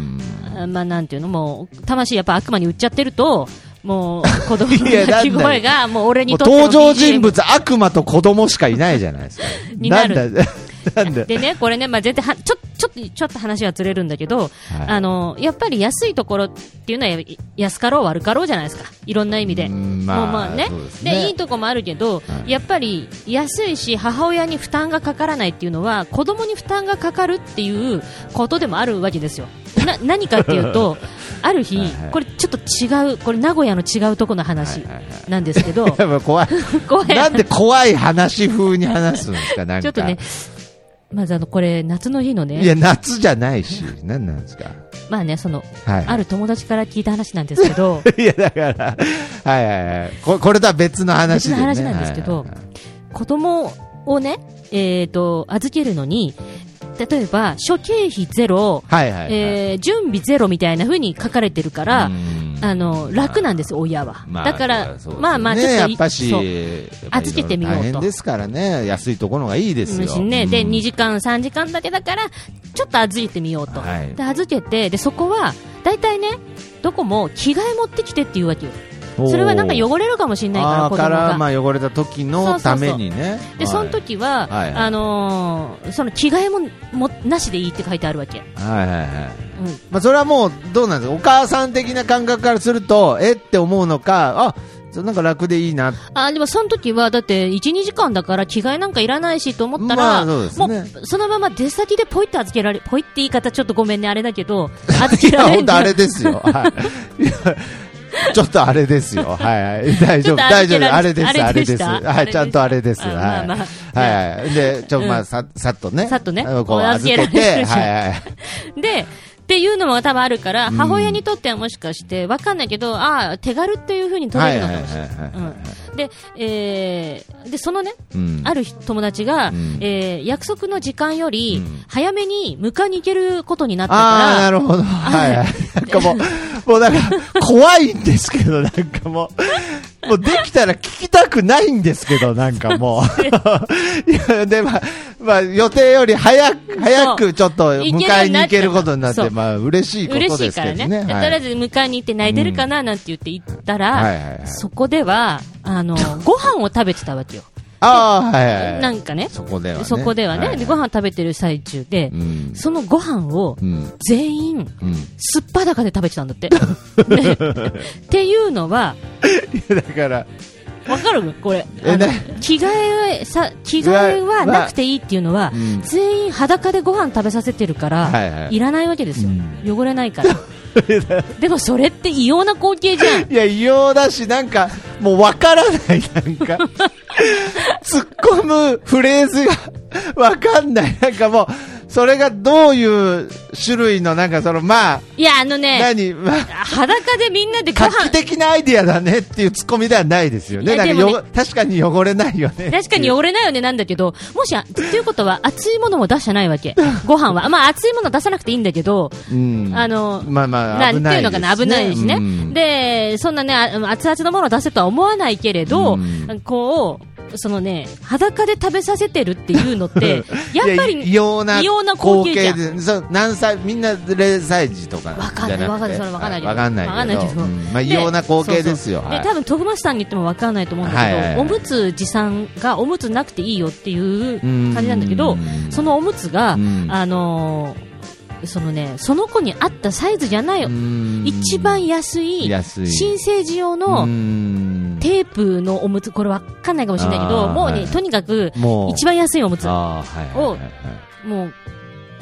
Speaker 1: あまあなんていうのもう魂やっぱ悪魔に売っちゃってるともう子供
Speaker 3: い
Speaker 1: の
Speaker 3: やなんだよ
Speaker 1: 泣き声がもう俺
Speaker 3: も
Speaker 1: に
Speaker 3: う
Speaker 1: とっての
Speaker 3: 登場
Speaker 1: BGM
Speaker 3: 人物、悪魔と子供しかいないじゃないですか。
Speaker 1: になる
Speaker 3: んだ、 なんだ。
Speaker 1: でね、これね、まあ、全然は、ちょ、ちょっと、ちょっと話はずれるんだけど、あの、やっぱり安いところっていうのは、や安かろう悪かろうじゃないですか。いろんな意味で。
Speaker 3: うんまあ
Speaker 1: もうまあね
Speaker 3: そうです
Speaker 1: で
Speaker 3: ね
Speaker 1: いいとこもあるけど、
Speaker 3: はい
Speaker 1: やっぱり安いし、母親に負担がかからないっていうのは、子供に負担がかかるっていうことでもあるわけですよ。な、 何かっていう と、ある日、
Speaker 3: はいはい
Speaker 1: これちょっと違う、これ名古屋の違うとこの話
Speaker 3: はいはいは
Speaker 1: なんですけど、
Speaker 3: やっぱ怖い。
Speaker 1: ごめん
Speaker 3: なんで怖い話風に話すんですか、なん か。
Speaker 1: ちょっとね、まずあの、これ夏の日の
Speaker 3: い
Speaker 1: ね、
Speaker 3: や、夏じゃないし、なんなんですか。
Speaker 1: まあね、その、
Speaker 3: はい。
Speaker 1: ある友達から聞いた話なんですけど、
Speaker 3: いや、だから、はいはいはい。ここれとは別の話で、ね。
Speaker 1: 別の話なんですけど
Speaker 3: はいはいはい
Speaker 1: 子供をね、えっ、と、預けるのに、例えば、諸経費ゼロ、
Speaker 3: はいはいはい。
Speaker 1: えー準備ゼロみたいな風に書かれてるから、
Speaker 3: うん
Speaker 1: あの、楽なんです、親は。だから、
Speaker 3: そうですね
Speaker 1: まあまあ、ちょっとい、
Speaker 3: やっぱし、
Speaker 1: そう
Speaker 3: やっぱり
Speaker 1: 預けてみようと
Speaker 3: 大変ですからね。安いところがいいですよ。
Speaker 1: ね、で、
Speaker 3: うん
Speaker 1: 2時間、3時間だけだから、ちょっと預けてみようと。
Speaker 3: はい
Speaker 1: で、預けて、で、そこは、大体ね、どこも着替え持ってきてって言うわけよ。それはなんか汚れるかもしれないから、
Speaker 3: あ
Speaker 1: 子
Speaker 3: ー
Speaker 1: 供
Speaker 3: か
Speaker 1: が
Speaker 3: ら、。まあ、汚れた時のためにね。
Speaker 1: で、その時
Speaker 3: 時
Speaker 1: は、
Speaker 3: はいはい
Speaker 1: あのーその着替えももなしでいいって書いてあるわけ。
Speaker 3: はいはい
Speaker 1: う
Speaker 3: はい。
Speaker 1: ん
Speaker 3: まあ、それはもうどうなんですかお母さん的な感覚からするとえって思うのかあそなんか楽でいいな
Speaker 1: あでもその時はだって1、2時間だから着替えなんかいらないしと思ったら、
Speaker 3: まあそうですね
Speaker 1: もうそのまま出先でポイって預けられ、ポイって言い方ちょっとごめんね、あれだけど、預け
Speaker 3: い
Speaker 1: ら
Speaker 3: や
Speaker 1: れ
Speaker 3: 本
Speaker 1: る
Speaker 3: 当あれですよ、はい、いや ちょっとあれですよはいはい大
Speaker 1: ち
Speaker 3: 丈
Speaker 1: ょっ
Speaker 3: 夫
Speaker 1: と預
Speaker 3: 大
Speaker 1: け
Speaker 3: 丈
Speaker 1: られ
Speaker 3: 夫あれです
Speaker 1: あれ
Speaker 3: あ
Speaker 1: で
Speaker 3: れで
Speaker 1: し
Speaker 3: す
Speaker 1: たあ
Speaker 3: は
Speaker 1: れ
Speaker 3: い
Speaker 1: でした
Speaker 3: ちゃんとあれですはい
Speaker 1: あまあまあ
Speaker 3: はいはいでちょまあささっとね
Speaker 1: さっとね
Speaker 3: こう預
Speaker 1: 預
Speaker 3: け
Speaker 1: けられ
Speaker 3: て
Speaker 1: るし
Speaker 3: はいはい
Speaker 1: で、っていうのも多分あるから、母親にとってはもしかして、わかんないけど、ああ、手軽っていう風に取れるのかもしれない。
Speaker 3: はいはいはいはいは
Speaker 1: うんで、えーで、そのね、
Speaker 3: うん
Speaker 1: ある日友達が、
Speaker 3: ん
Speaker 1: えー約束の時間より
Speaker 3: ん、
Speaker 1: 早めに迎えに行けることになった
Speaker 3: ああ
Speaker 1: か
Speaker 3: ー、なるほど。はいはい。なんかも う、もうなんか、怖いんですけど、なんかもう、もうできたら聞きたくないんですけど、なんかもう。いや、で、まあ、まあ、予定より早く、早くちょっと迎えに行けることになっ
Speaker 1: そ
Speaker 3: て、
Speaker 1: う
Speaker 3: まあ、嬉しい
Speaker 1: ら、
Speaker 3: ことで
Speaker 1: 嬉しい
Speaker 3: す
Speaker 1: か
Speaker 3: け
Speaker 1: らね。
Speaker 3: どね。
Speaker 1: で
Speaker 3: は
Speaker 1: とりあえ
Speaker 3: い
Speaker 1: ず迎えに行って泣いてるかななんて言って行ったら、
Speaker 3: はいはいはい
Speaker 1: そこでは、あ の、ご飯を食べてたわけよ。
Speaker 3: ああ、はいはい。
Speaker 1: なんかね
Speaker 3: そこではね。
Speaker 1: そこではね、
Speaker 3: い
Speaker 1: でご飯食べてる最中で、
Speaker 3: うん。
Speaker 1: そのご飯を
Speaker 3: うん。
Speaker 1: 全員、
Speaker 3: うん。
Speaker 1: すっぱだかで食べてたんだ って。ねっていうのは、
Speaker 3: いやだから、
Speaker 1: わかるこれ。
Speaker 3: え
Speaker 1: あの
Speaker 3: ね
Speaker 1: 着替えはさ、着替えはなくていいっていうのは
Speaker 3: うん、
Speaker 1: 全員裸でご飯食べさせてるか
Speaker 3: はいは
Speaker 1: ら、
Speaker 3: い
Speaker 1: いらないわけですよ
Speaker 3: うん。
Speaker 1: 汚れない から。でもそれって異様な光景じゃん。
Speaker 3: いや、異様だし、なんか、もうわからない、な んか。突っ込むフレーズがわかんない。なんかもう、それがどういう種類の、なんかその、まあ、
Speaker 1: いや、あのね、
Speaker 3: 何、まあ、
Speaker 1: 裸でみんなでご
Speaker 3: 画
Speaker 1: 飯
Speaker 3: 期、的なアイディアだねっていう突っ込みではないですよね。
Speaker 1: いや
Speaker 3: なんか
Speaker 1: でもね
Speaker 3: よ確かに汚れないよね。
Speaker 1: 確かに汚れないよねなんだけど、もし、ということは熱いものも出してないわけ。ご飯は。まあ熱いもの出さなくていいんだけど、
Speaker 3: うん
Speaker 1: あの
Speaker 3: まあま
Speaker 1: な
Speaker 3: あ、
Speaker 1: んて
Speaker 3: 危
Speaker 1: い
Speaker 3: な
Speaker 1: う
Speaker 3: い
Speaker 1: の
Speaker 3: で
Speaker 1: か
Speaker 3: すね。
Speaker 1: な、危ないしね、
Speaker 3: うん
Speaker 1: でそんなね、あ熱々のものを出せとは思わないけれど、
Speaker 3: うん
Speaker 1: こうそのね、裸で食べさせてるっていうの って、やっぱ
Speaker 3: い
Speaker 1: り
Speaker 3: 異様な
Speaker 1: 異様な光
Speaker 3: 光
Speaker 1: 景じゃ
Speaker 3: 景
Speaker 1: ん
Speaker 3: でそう何歳みんな0歳児とか
Speaker 1: わかん
Speaker 3: じ
Speaker 1: な
Speaker 3: ゃ
Speaker 1: い
Speaker 3: なくて
Speaker 1: わかんないそれわかんないけど
Speaker 3: はわかんない
Speaker 1: わかんないけど
Speaker 3: うんまあ異様な光景ですよ
Speaker 1: そう
Speaker 3: は
Speaker 1: そう
Speaker 3: い
Speaker 1: で多分徳松さんに言っても分からないと思うんだけど、
Speaker 3: はいはいはい
Speaker 1: おむつ持参がおむつなくていいよっていう
Speaker 3: うん
Speaker 1: 感じなんだけど、そのおむつが、
Speaker 3: うん
Speaker 1: あのーそのね、その子に合ったサイズじゃない、
Speaker 3: うん
Speaker 1: 一番安い
Speaker 3: 安い
Speaker 1: 新生児用の
Speaker 3: うん
Speaker 1: テープのおむつ、これわかんないかもしれないけど、
Speaker 3: あー
Speaker 1: もうね、
Speaker 3: はい
Speaker 1: とにかく、
Speaker 3: もう
Speaker 1: 一番安いおむつ、も、
Speaker 3: あーはいはいはいはいう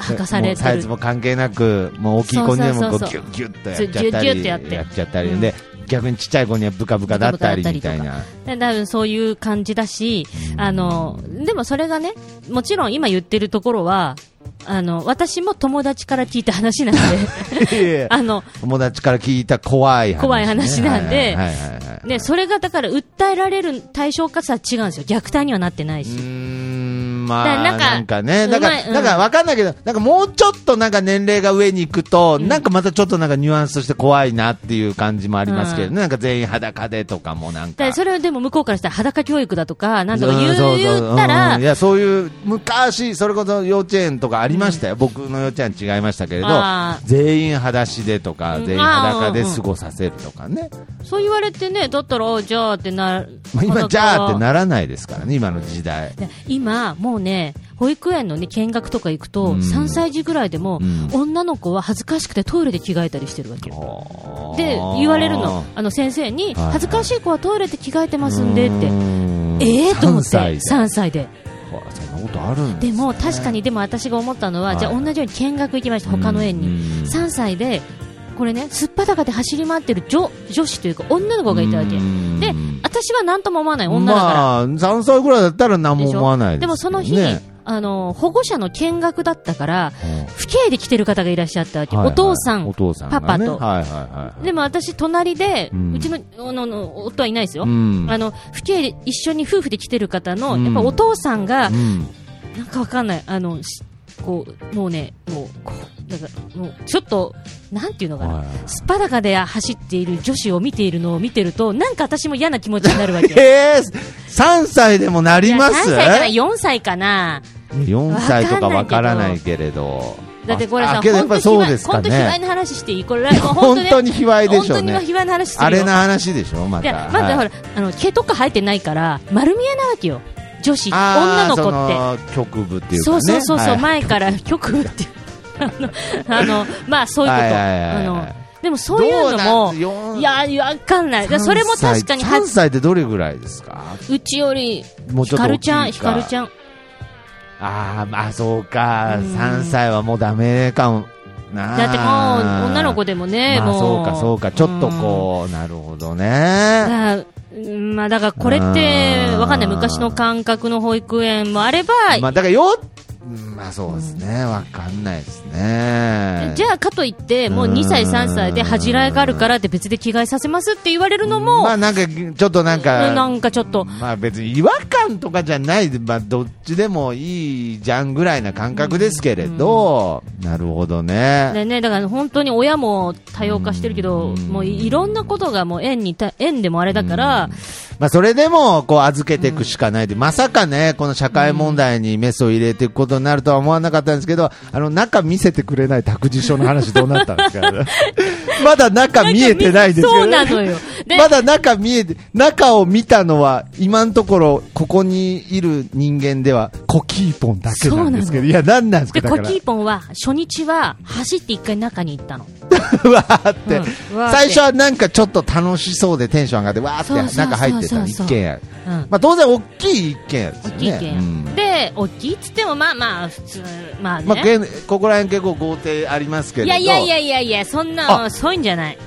Speaker 1: 履かされ
Speaker 3: もう
Speaker 1: て
Speaker 3: サイ
Speaker 1: る
Speaker 3: ズも関係なくもう大きい子にはもうこう
Speaker 1: そうそうそ
Speaker 3: ギ
Speaker 1: う
Speaker 3: ュッギュッとやっちゃった
Speaker 1: ギュッギュッ
Speaker 3: り
Speaker 1: とやって
Speaker 3: やっちゃったりで、逆にちっちゃい子にはブカブカだったりみたい
Speaker 1: ブカブカだ
Speaker 3: な
Speaker 1: で多分そういう感じだし、あの、でもそれがね、もちろん今言ってるところは、あの、私も友達から聞いた話 なんで、
Speaker 3: いやいや
Speaker 1: あの、
Speaker 3: 友達から聞いた怖い話、ね、
Speaker 1: 怖い話なんで
Speaker 3: はいはいはいはい
Speaker 1: ね、それがだから訴えられる対象かさ違うんですよ。虐待にはなってないうし。
Speaker 3: ーんまあ、
Speaker 1: だ
Speaker 3: な
Speaker 1: なんん
Speaker 3: か
Speaker 1: か
Speaker 3: ね、だから、
Speaker 1: うまいうん
Speaker 3: だから分かんないけど、なんかもうちょっとなんか年齢が上に行くと、なんかまたちょっとなんかニュアンスとして怖いなっていう感じもありますけどね、
Speaker 1: う
Speaker 3: なんか全員裸でとかもな
Speaker 1: だ
Speaker 3: ん
Speaker 1: か
Speaker 3: か。
Speaker 1: らそれはでも向こうからしたら裸教育だとか、なんとか
Speaker 3: う
Speaker 1: 言
Speaker 3: ん
Speaker 1: う
Speaker 3: そうそう
Speaker 1: 言った
Speaker 3: うん
Speaker 1: ら
Speaker 3: い、や、そういう、昔、それこそ幼稚園とかありましたよ。僕の幼稚園違いましたけれど
Speaker 1: あ、ー
Speaker 3: 全員裸足でとか、
Speaker 1: うん
Speaker 3: 全員
Speaker 1: あー
Speaker 3: 裸で
Speaker 1: うんうん
Speaker 3: 過ごさせるとかね。
Speaker 1: そう言われてね、だったら、じゃあってな、
Speaker 3: まあ今、じゃあって
Speaker 1: る。
Speaker 3: ならないですからね、今の時代。
Speaker 1: で今、もうね、保育園のね、見学とか行く
Speaker 3: う
Speaker 1: と、
Speaker 3: ん
Speaker 1: 3歳児ぐらいでも、
Speaker 3: うん
Speaker 1: 女の子は恥ずかしくてトイレで着替えたりしてるわけよ。で、
Speaker 3: あー
Speaker 1: 言われるの。あの、先生に、
Speaker 3: はいはい
Speaker 1: 恥ずかしい子はトイレで着替えてますんでって
Speaker 3: う。ん
Speaker 1: ええー、と思って。
Speaker 3: 3歳で
Speaker 1: 3歳で。
Speaker 3: ほらそんなことあるん
Speaker 1: でも
Speaker 3: すね
Speaker 1: 確かにでも私が思ったのは、
Speaker 3: はい
Speaker 1: じゃあ同じように見学行きました、他の園に、
Speaker 3: うん
Speaker 1: 3歳でこれねすっぱだかで走り回ってる女女子というか女の子がいたわけ、
Speaker 3: うん
Speaker 1: で私は何とも思わない女だから、
Speaker 3: まあ、3歳ぐらいだったら何も
Speaker 1: でしょ
Speaker 3: 思わない
Speaker 1: でも
Speaker 3: すけ
Speaker 1: そ
Speaker 3: ど
Speaker 1: の
Speaker 3: ね
Speaker 1: 日、あの保護者の見学だったから父兄で来てる方がいらっしゃったわけ、
Speaker 3: はいはい
Speaker 1: お父さん
Speaker 3: お父さんがね
Speaker 1: パパと
Speaker 3: はいはいはい
Speaker 1: でも私隣で、
Speaker 3: う
Speaker 1: うんちのあのの夫はいないですよ、
Speaker 3: うん
Speaker 1: あの父兄で一緒に夫婦で来てる方の、
Speaker 3: うん
Speaker 1: やっぱお父さんが、
Speaker 3: うん
Speaker 1: なんかわかんない、あの、しこう、もうね、もう、こう、なんか、もう、ちょっと、なんていうのかな、
Speaker 3: はい
Speaker 1: スパダカで走っている女子を見ているのを見てると、なんか私も嫌な気持ちになるわ け。
Speaker 3: えー、3歳でもなります
Speaker 1: いや3歳から4歳かな。
Speaker 3: 4歳とかわからないけれど。
Speaker 1: だってこれ
Speaker 3: あ
Speaker 1: さ、
Speaker 3: けどやっぱ
Speaker 1: 本
Speaker 3: そ
Speaker 1: 当
Speaker 3: う
Speaker 1: に
Speaker 3: です
Speaker 1: 卑猥、本
Speaker 3: か
Speaker 1: 当卑猥
Speaker 3: ね。
Speaker 1: な話していいこれ、もう本当
Speaker 3: 本
Speaker 1: ね
Speaker 3: 当に卑猥でしょう
Speaker 1: 本当に
Speaker 3: ね。
Speaker 1: 卑猥な話するよ。
Speaker 3: あれな話でしょ、ま
Speaker 1: いや
Speaker 3: た。
Speaker 1: まだほ
Speaker 3: はい
Speaker 1: ら、あの、毛とか生えてないから、丸見えなわけよ。女子、
Speaker 3: あ
Speaker 1: 女の
Speaker 3: ー
Speaker 1: 子って。
Speaker 3: その局部っていうか
Speaker 1: そ
Speaker 3: ね。
Speaker 1: うそうそうそう、
Speaker 3: はい
Speaker 1: 前から局部っていう あのあのまあそういうこ
Speaker 3: はい
Speaker 1: と
Speaker 3: はいはいは
Speaker 1: あ
Speaker 3: い
Speaker 1: のでもそういうのも
Speaker 3: どうなん
Speaker 1: いやわかんないでそれも確かには
Speaker 3: 3歳ってどれぐらいですか
Speaker 1: うちより
Speaker 3: もうち
Speaker 1: ひ
Speaker 3: ょっと
Speaker 1: か
Speaker 3: 大
Speaker 1: る
Speaker 3: きい
Speaker 1: ちゃんひかるち
Speaker 3: ゃん
Speaker 1: ゃん
Speaker 3: あーまあそうか
Speaker 1: うん
Speaker 3: 3歳はもうダメかもな
Speaker 1: だってもう女の子
Speaker 3: で
Speaker 1: でもね、
Speaker 3: まあ
Speaker 1: もう
Speaker 3: そうかそうかちょっとこうなるほど
Speaker 1: うん
Speaker 3: ね
Speaker 1: だうんまあだからこれって
Speaker 3: うん
Speaker 1: わかんない昔の感覚の保育園もあれば、
Speaker 3: まあだからよまあそうですねわかんないですね
Speaker 1: じゃあかといってもう2歳
Speaker 3: うん
Speaker 1: 3歳で恥じらいがあるからって別で着替えさせますって言われるのも、
Speaker 3: まあなんかちょっとなんか
Speaker 1: うんなんかちょっと
Speaker 3: まあ別に違和感とかじゃない、まあ、どっちでもいいじゃんぐらいな感覚ですけれど、なるほどね。
Speaker 1: でね、だから本当に親も多様化してるけど、
Speaker 3: うん
Speaker 1: もういろんなことがもう縁にた、縁でもあれだから、
Speaker 3: まあそれでもこう預けていくしかないで、まさかね、この社会問題にメスを入れていくことになるとは思わなかったんですけど、あの中見せてくれない託児所の話どうなった んですかまだ中見えてないですけど
Speaker 1: そうなの よ。で、
Speaker 3: まだ中見えて、中を見たのは、今のところ、ここにいる人間では、コキーポンだけなんですけど、いや、なんなんですか、
Speaker 1: で、
Speaker 3: だ
Speaker 1: コ
Speaker 3: か
Speaker 1: キ
Speaker 3: ら。
Speaker 1: ーポンは、初日は走って一回中に行ったの。
Speaker 3: わーって、
Speaker 1: うんわーって
Speaker 3: 最初はなんかちょっと楽しそうでテンション上がって、わ
Speaker 1: そう
Speaker 3: ー
Speaker 1: そ
Speaker 3: っ
Speaker 1: うそうそ
Speaker 3: て
Speaker 1: う
Speaker 3: 中入ってた一軒家。
Speaker 1: うん。
Speaker 3: まあ当然大きい一軒家です
Speaker 1: 大
Speaker 3: よね。
Speaker 1: きい意見、
Speaker 3: うん
Speaker 1: で、大きいっつっても、まあまあ、普通、まあね。
Speaker 3: まあ、けんここら辺結構豪邸ありますけれ
Speaker 1: い
Speaker 3: ど。
Speaker 1: やいやいやいやいや、そん
Speaker 3: あ
Speaker 1: な、そういうんじゃない。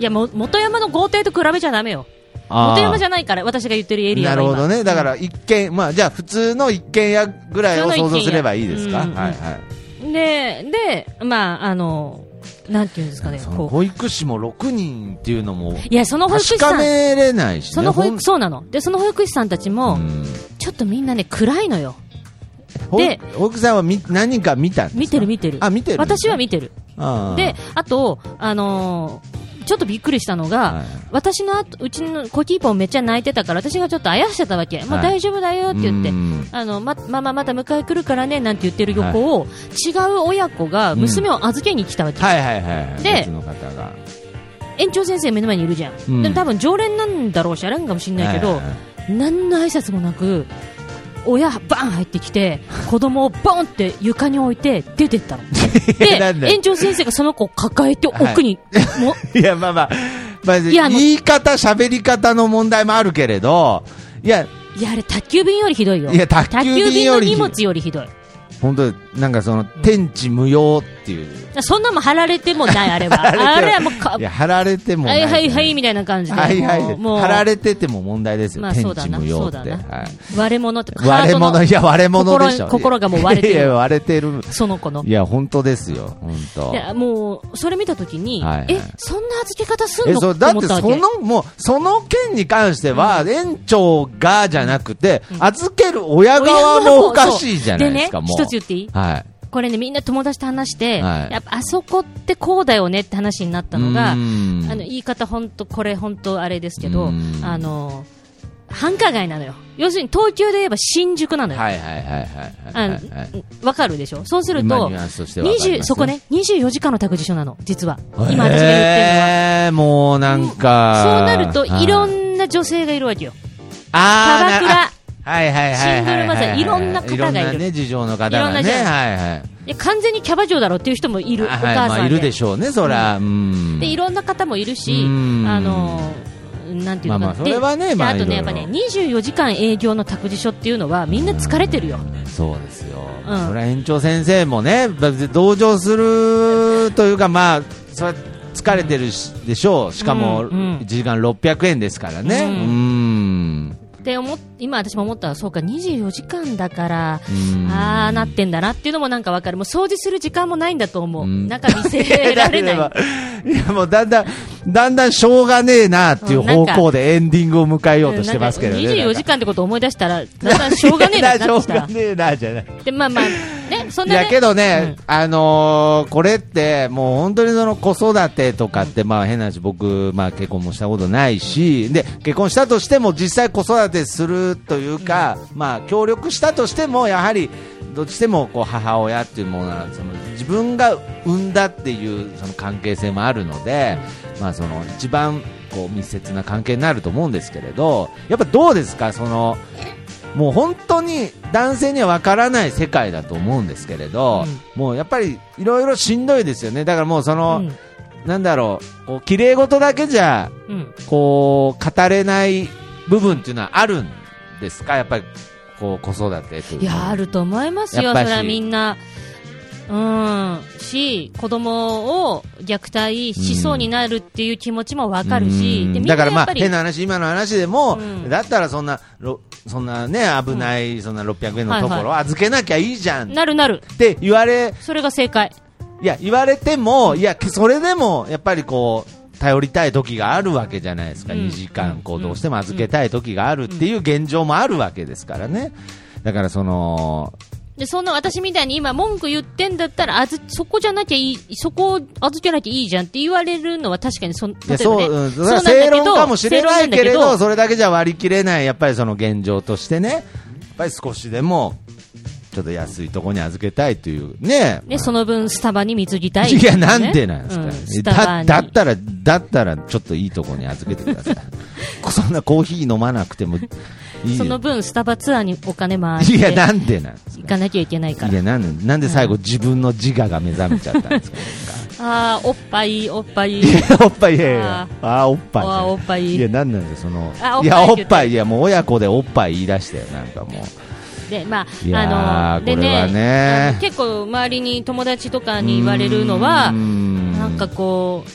Speaker 1: いや、も、元山の豪邸と比べちゃダメよ。
Speaker 3: あー、
Speaker 1: 元山じゃないから、私が言ってるエリアは
Speaker 3: なる
Speaker 1: 今
Speaker 3: ほどね。だから一軒、まあじゃあ普通の一軒家ぐらいを想像すればいいですか。
Speaker 1: 普通の一軒家
Speaker 3: はい
Speaker 1: で、で、まあ、あの、なんていうんですか
Speaker 3: は
Speaker 1: ね、
Speaker 3: い。そ
Speaker 1: こ
Speaker 3: の
Speaker 1: う。
Speaker 3: 保育士も6人っていうのも
Speaker 1: いや、その保育士
Speaker 3: 確
Speaker 1: さ
Speaker 3: か
Speaker 1: ん、
Speaker 3: めれないしね。
Speaker 1: その保
Speaker 3: ほん
Speaker 1: 育、そうなの。で、その保育士さんたちも、
Speaker 3: うん
Speaker 1: ちょっとみんなね、暗いのよ。
Speaker 3: 保
Speaker 1: で
Speaker 3: 保育さんはみ何人か見たんですか
Speaker 1: 見てる見てる。
Speaker 3: あ、見てる
Speaker 1: 私は見てる。
Speaker 3: あー
Speaker 1: で、あと、あのーちょっとびっくりしたのが、
Speaker 3: はい
Speaker 1: 私の後、うちのコキーポンめっちゃ泣いてたから、私がちょっとあやしてたわけ。もう大丈夫だよって言って
Speaker 3: う。ん
Speaker 1: あの、ま、ママまた迎え来るからね、なんて言ってる横を、違う親子が娘を預けに来たわけ。
Speaker 3: はいはいはいはい。
Speaker 1: で
Speaker 3: 別の方が。
Speaker 1: 園長先生目の前にいるじゃん。
Speaker 3: うん
Speaker 1: でも多分常連なんだろうし、あれんかもしんないけど、
Speaker 3: はいはいはい
Speaker 1: 何の挨拶もなく親バン入ってきて子供をボンって床に置いて出てった の
Speaker 3: なんだ
Speaker 1: で園長先生がその子を抱えて奥に、も
Speaker 3: いや、まあまあ、まあ、
Speaker 1: いやあの
Speaker 3: 言い方、喋り方の問題もあるけれど、いや、
Speaker 1: いやあれ宅急便よりひどいよ
Speaker 3: いや宅急便より
Speaker 1: 宅急便の荷物よりひどい
Speaker 3: 本当なんかその、天地無用っていう。
Speaker 1: そんなもん貼られてもない、あれは。
Speaker 3: 貼
Speaker 1: あ
Speaker 3: られても
Speaker 1: れはもうか、
Speaker 3: いや、貼られてもな。
Speaker 1: はいいはいはい、みたいな感じで。
Speaker 3: はいはい
Speaker 1: もうもう、
Speaker 3: 貼られてても問題ですよ。
Speaker 1: まあ
Speaker 3: 天
Speaker 1: そうだ
Speaker 3: 地
Speaker 1: な
Speaker 3: 無用って。
Speaker 1: そうだな
Speaker 3: はい
Speaker 1: 割れ物とか。
Speaker 3: 割れ物、いや、割れ物でし
Speaker 1: 心
Speaker 3: ょ。
Speaker 1: に心がもう割れてる
Speaker 3: いやいや、割れてる。
Speaker 1: その子の
Speaker 3: い。や、本当ですよ。本当
Speaker 1: い。やもう、それ見たときに、
Speaker 3: はいはい
Speaker 1: え、そんな預け方すん
Speaker 3: え
Speaker 1: の
Speaker 3: そう
Speaker 1: って
Speaker 3: だっ
Speaker 1: 思ってたわ
Speaker 3: そ
Speaker 1: け
Speaker 3: のもうその件に関しては、園長がじゃなくて、預ける親側
Speaker 1: 親
Speaker 3: も
Speaker 1: も
Speaker 3: おかしいじゃないです
Speaker 1: そ
Speaker 3: か、
Speaker 1: う
Speaker 3: も
Speaker 1: で
Speaker 3: う
Speaker 1: ね、一つ言っていい
Speaker 3: はい、
Speaker 1: これね、みんな友達と話して、
Speaker 3: はい
Speaker 1: やっぱあそこってこうだよねって話になったのが、
Speaker 3: うーん
Speaker 1: あの言い方、本当、これ、本当、あれですけど
Speaker 3: うん、
Speaker 1: あの繁華街なのよ、要するに東京で言えば新宿なのよ、
Speaker 3: はいはいはいはいは
Speaker 1: あ
Speaker 3: い
Speaker 1: の
Speaker 3: はいはい
Speaker 1: わかるでしょ、そうする
Speaker 3: 今
Speaker 1: と、
Speaker 3: ニュアンスとしてはわかりますよ
Speaker 1: 20そこね、24時間の託児所なの、実は、
Speaker 3: え
Speaker 1: 今、始めるっていうのは。
Speaker 3: えーもうなんか、
Speaker 1: そうなると、いろ
Speaker 3: な、
Speaker 1: んな女性がいるわけよ。
Speaker 3: あー
Speaker 1: キャバクラ、
Speaker 3: なはいはいはいはいはい、
Speaker 1: シングルマザーいろんな方がいる
Speaker 3: いろんなね、事情の方がね、
Speaker 1: いろんな事情
Speaker 3: はいはい、
Speaker 1: いや完全にキャバ嬢だろうっていう人もいる、お
Speaker 3: あ
Speaker 1: 母
Speaker 3: はい
Speaker 1: さんで,、
Speaker 3: まあ、いるでしょうね、そら、うん、
Speaker 1: でいろんな方もいるし、
Speaker 3: うん
Speaker 1: あのなんていうのかな、
Speaker 3: まあまあそれはね
Speaker 1: で
Speaker 3: まあ
Speaker 1: であとね、
Speaker 3: い
Speaker 1: やっ
Speaker 3: ろ
Speaker 1: ぱ
Speaker 3: いろ
Speaker 1: ね、24時間営業の託児所っていうのは、みんな疲れてるよ、
Speaker 3: そうですよ、
Speaker 1: うん
Speaker 3: それは園長先生もね、だって同情するというか、まあ、それは疲れてるしでしょう、しかも
Speaker 1: うんうん
Speaker 3: 1時間600円ですからね、う
Speaker 1: うん
Speaker 3: ーん、
Speaker 1: って思っ今、私も思ったのは、そうか、24時間だから、
Speaker 3: うん
Speaker 1: ああなってんだなっていうのもなんかわかる、もう掃除する時間もないんだと思う、
Speaker 3: うん
Speaker 1: なんか見 せられない。
Speaker 3: いやもうだんだん、だんだんしょうがねえなっていう方向でエンディングを迎えようとしてますけどね。
Speaker 1: うんなんか24時
Speaker 3: 間
Speaker 1: 間ってことを思い出したら、だんだんしょうがねえなって
Speaker 3: し
Speaker 1: な
Speaker 3: ょ
Speaker 1: っ
Speaker 3: う
Speaker 1: てきた
Speaker 3: が。ねえなじゃない。
Speaker 1: で、まあまあ、ね、そん
Speaker 3: い
Speaker 1: な
Speaker 3: や
Speaker 1: ね。
Speaker 3: けどね、
Speaker 1: う
Speaker 3: あのーこれって、もう本当にその子育てとかって、まあ変な話、僕、まあ結婚もしたことないし、で、結婚したとしても、実際子育てするというか、まあ協力したとしても、やはり、どっちでもこう母親っていうものは、その自分が産んだっていうその関係性もあるので、まあその一番こう密接な関係になると思うんですけれど、やっぱどうですか、その、もう本当に男性には分からない世界だと思うんですけれど、もうやっぱりいろいろしんどいですよね、だからもうそ
Speaker 1: う
Speaker 3: の、
Speaker 1: ん
Speaker 3: なんだろう、こう綺麗事だけじゃ
Speaker 1: うん
Speaker 3: こう語れない部分っていうのはあるんですか、やっぱりこう子育てという
Speaker 1: いや、あると思いますよ、
Speaker 3: やっ
Speaker 1: そ
Speaker 3: ぱし
Speaker 1: れはみんな。うん。し、子供を虐待しそうになるっていう気持ちもわかるし、
Speaker 3: うん
Speaker 1: でみんな
Speaker 3: だから
Speaker 1: や
Speaker 3: ま
Speaker 1: っ
Speaker 3: あ
Speaker 1: ぱり、
Speaker 3: 変な話、今の話でも、
Speaker 1: うん
Speaker 3: だったらそんなろそんな、ね、危ない、そんな600円のとこ
Speaker 1: はい
Speaker 3: ろ、預けなきゃいいじゃんっ
Speaker 1: なるなる。
Speaker 3: て言われ
Speaker 1: それが正解。
Speaker 3: いや、言われても、いや、それでも、やっぱりこう、頼りたい時があるわけじゃないですか。
Speaker 1: うん
Speaker 3: 2時間、こう、
Speaker 1: うん
Speaker 3: どうしても預けたい時があるっていう現状もあるわけですからね。だから、その、
Speaker 1: で、そんな私みたいに今文句言ってんだったら、あず、そこじゃなきゃいい、そこを預けなきゃいいじゃんって言われるのは確かにそ、例
Speaker 3: いや
Speaker 1: えば
Speaker 3: そ
Speaker 1: ね
Speaker 3: う、うん、そ
Speaker 1: な
Speaker 3: れは
Speaker 1: んだけど
Speaker 3: 正論かもしれないけれ
Speaker 1: 正論な
Speaker 3: ど、
Speaker 1: んだ
Speaker 3: それだけじゃ割り切れない、やっぱりその現状としてね、やっぱり少しでも、ちょっと安いとこに預けたいというね。
Speaker 1: けどで、その分スタバに貢ぎたい、
Speaker 3: いや、なんでなんですか、
Speaker 1: うスタバ
Speaker 3: だ
Speaker 1: に。
Speaker 3: だったら、だったら、ちょっといいとこに預けてください。 そんなコーヒー飲まなくてもいいよ
Speaker 1: その分スタバツアーにお金回して。
Speaker 3: いや、なんでなんです
Speaker 1: 行かなきゃいけないか
Speaker 3: からい。や、なんで、なんで最後自分の自我が目覚めちゃったんですか
Speaker 1: ああ、おっぱい、おっぱい。
Speaker 3: いやおっぱい、いやいや、あーおっぱい。
Speaker 1: あーおっぱい
Speaker 3: いや、なんなんで、その
Speaker 1: あ、
Speaker 3: いや、お
Speaker 1: お
Speaker 3: っ
Speaker 1: っ
Speaker 3: ぱ
Speaker 1: ぱ
Speaker 3: い、いや、もう親子でおっぱい言い出したよ、なんかもう。
Speaker 1: で、ま
Speaker 3: いやー
Speaker 1: あ、あの、で
Speaker 3: これはね
Speaker 1: あの結構周りに友達とかに言われるのは、
Speaker 3: うーん
Speaker 1: なんかこう、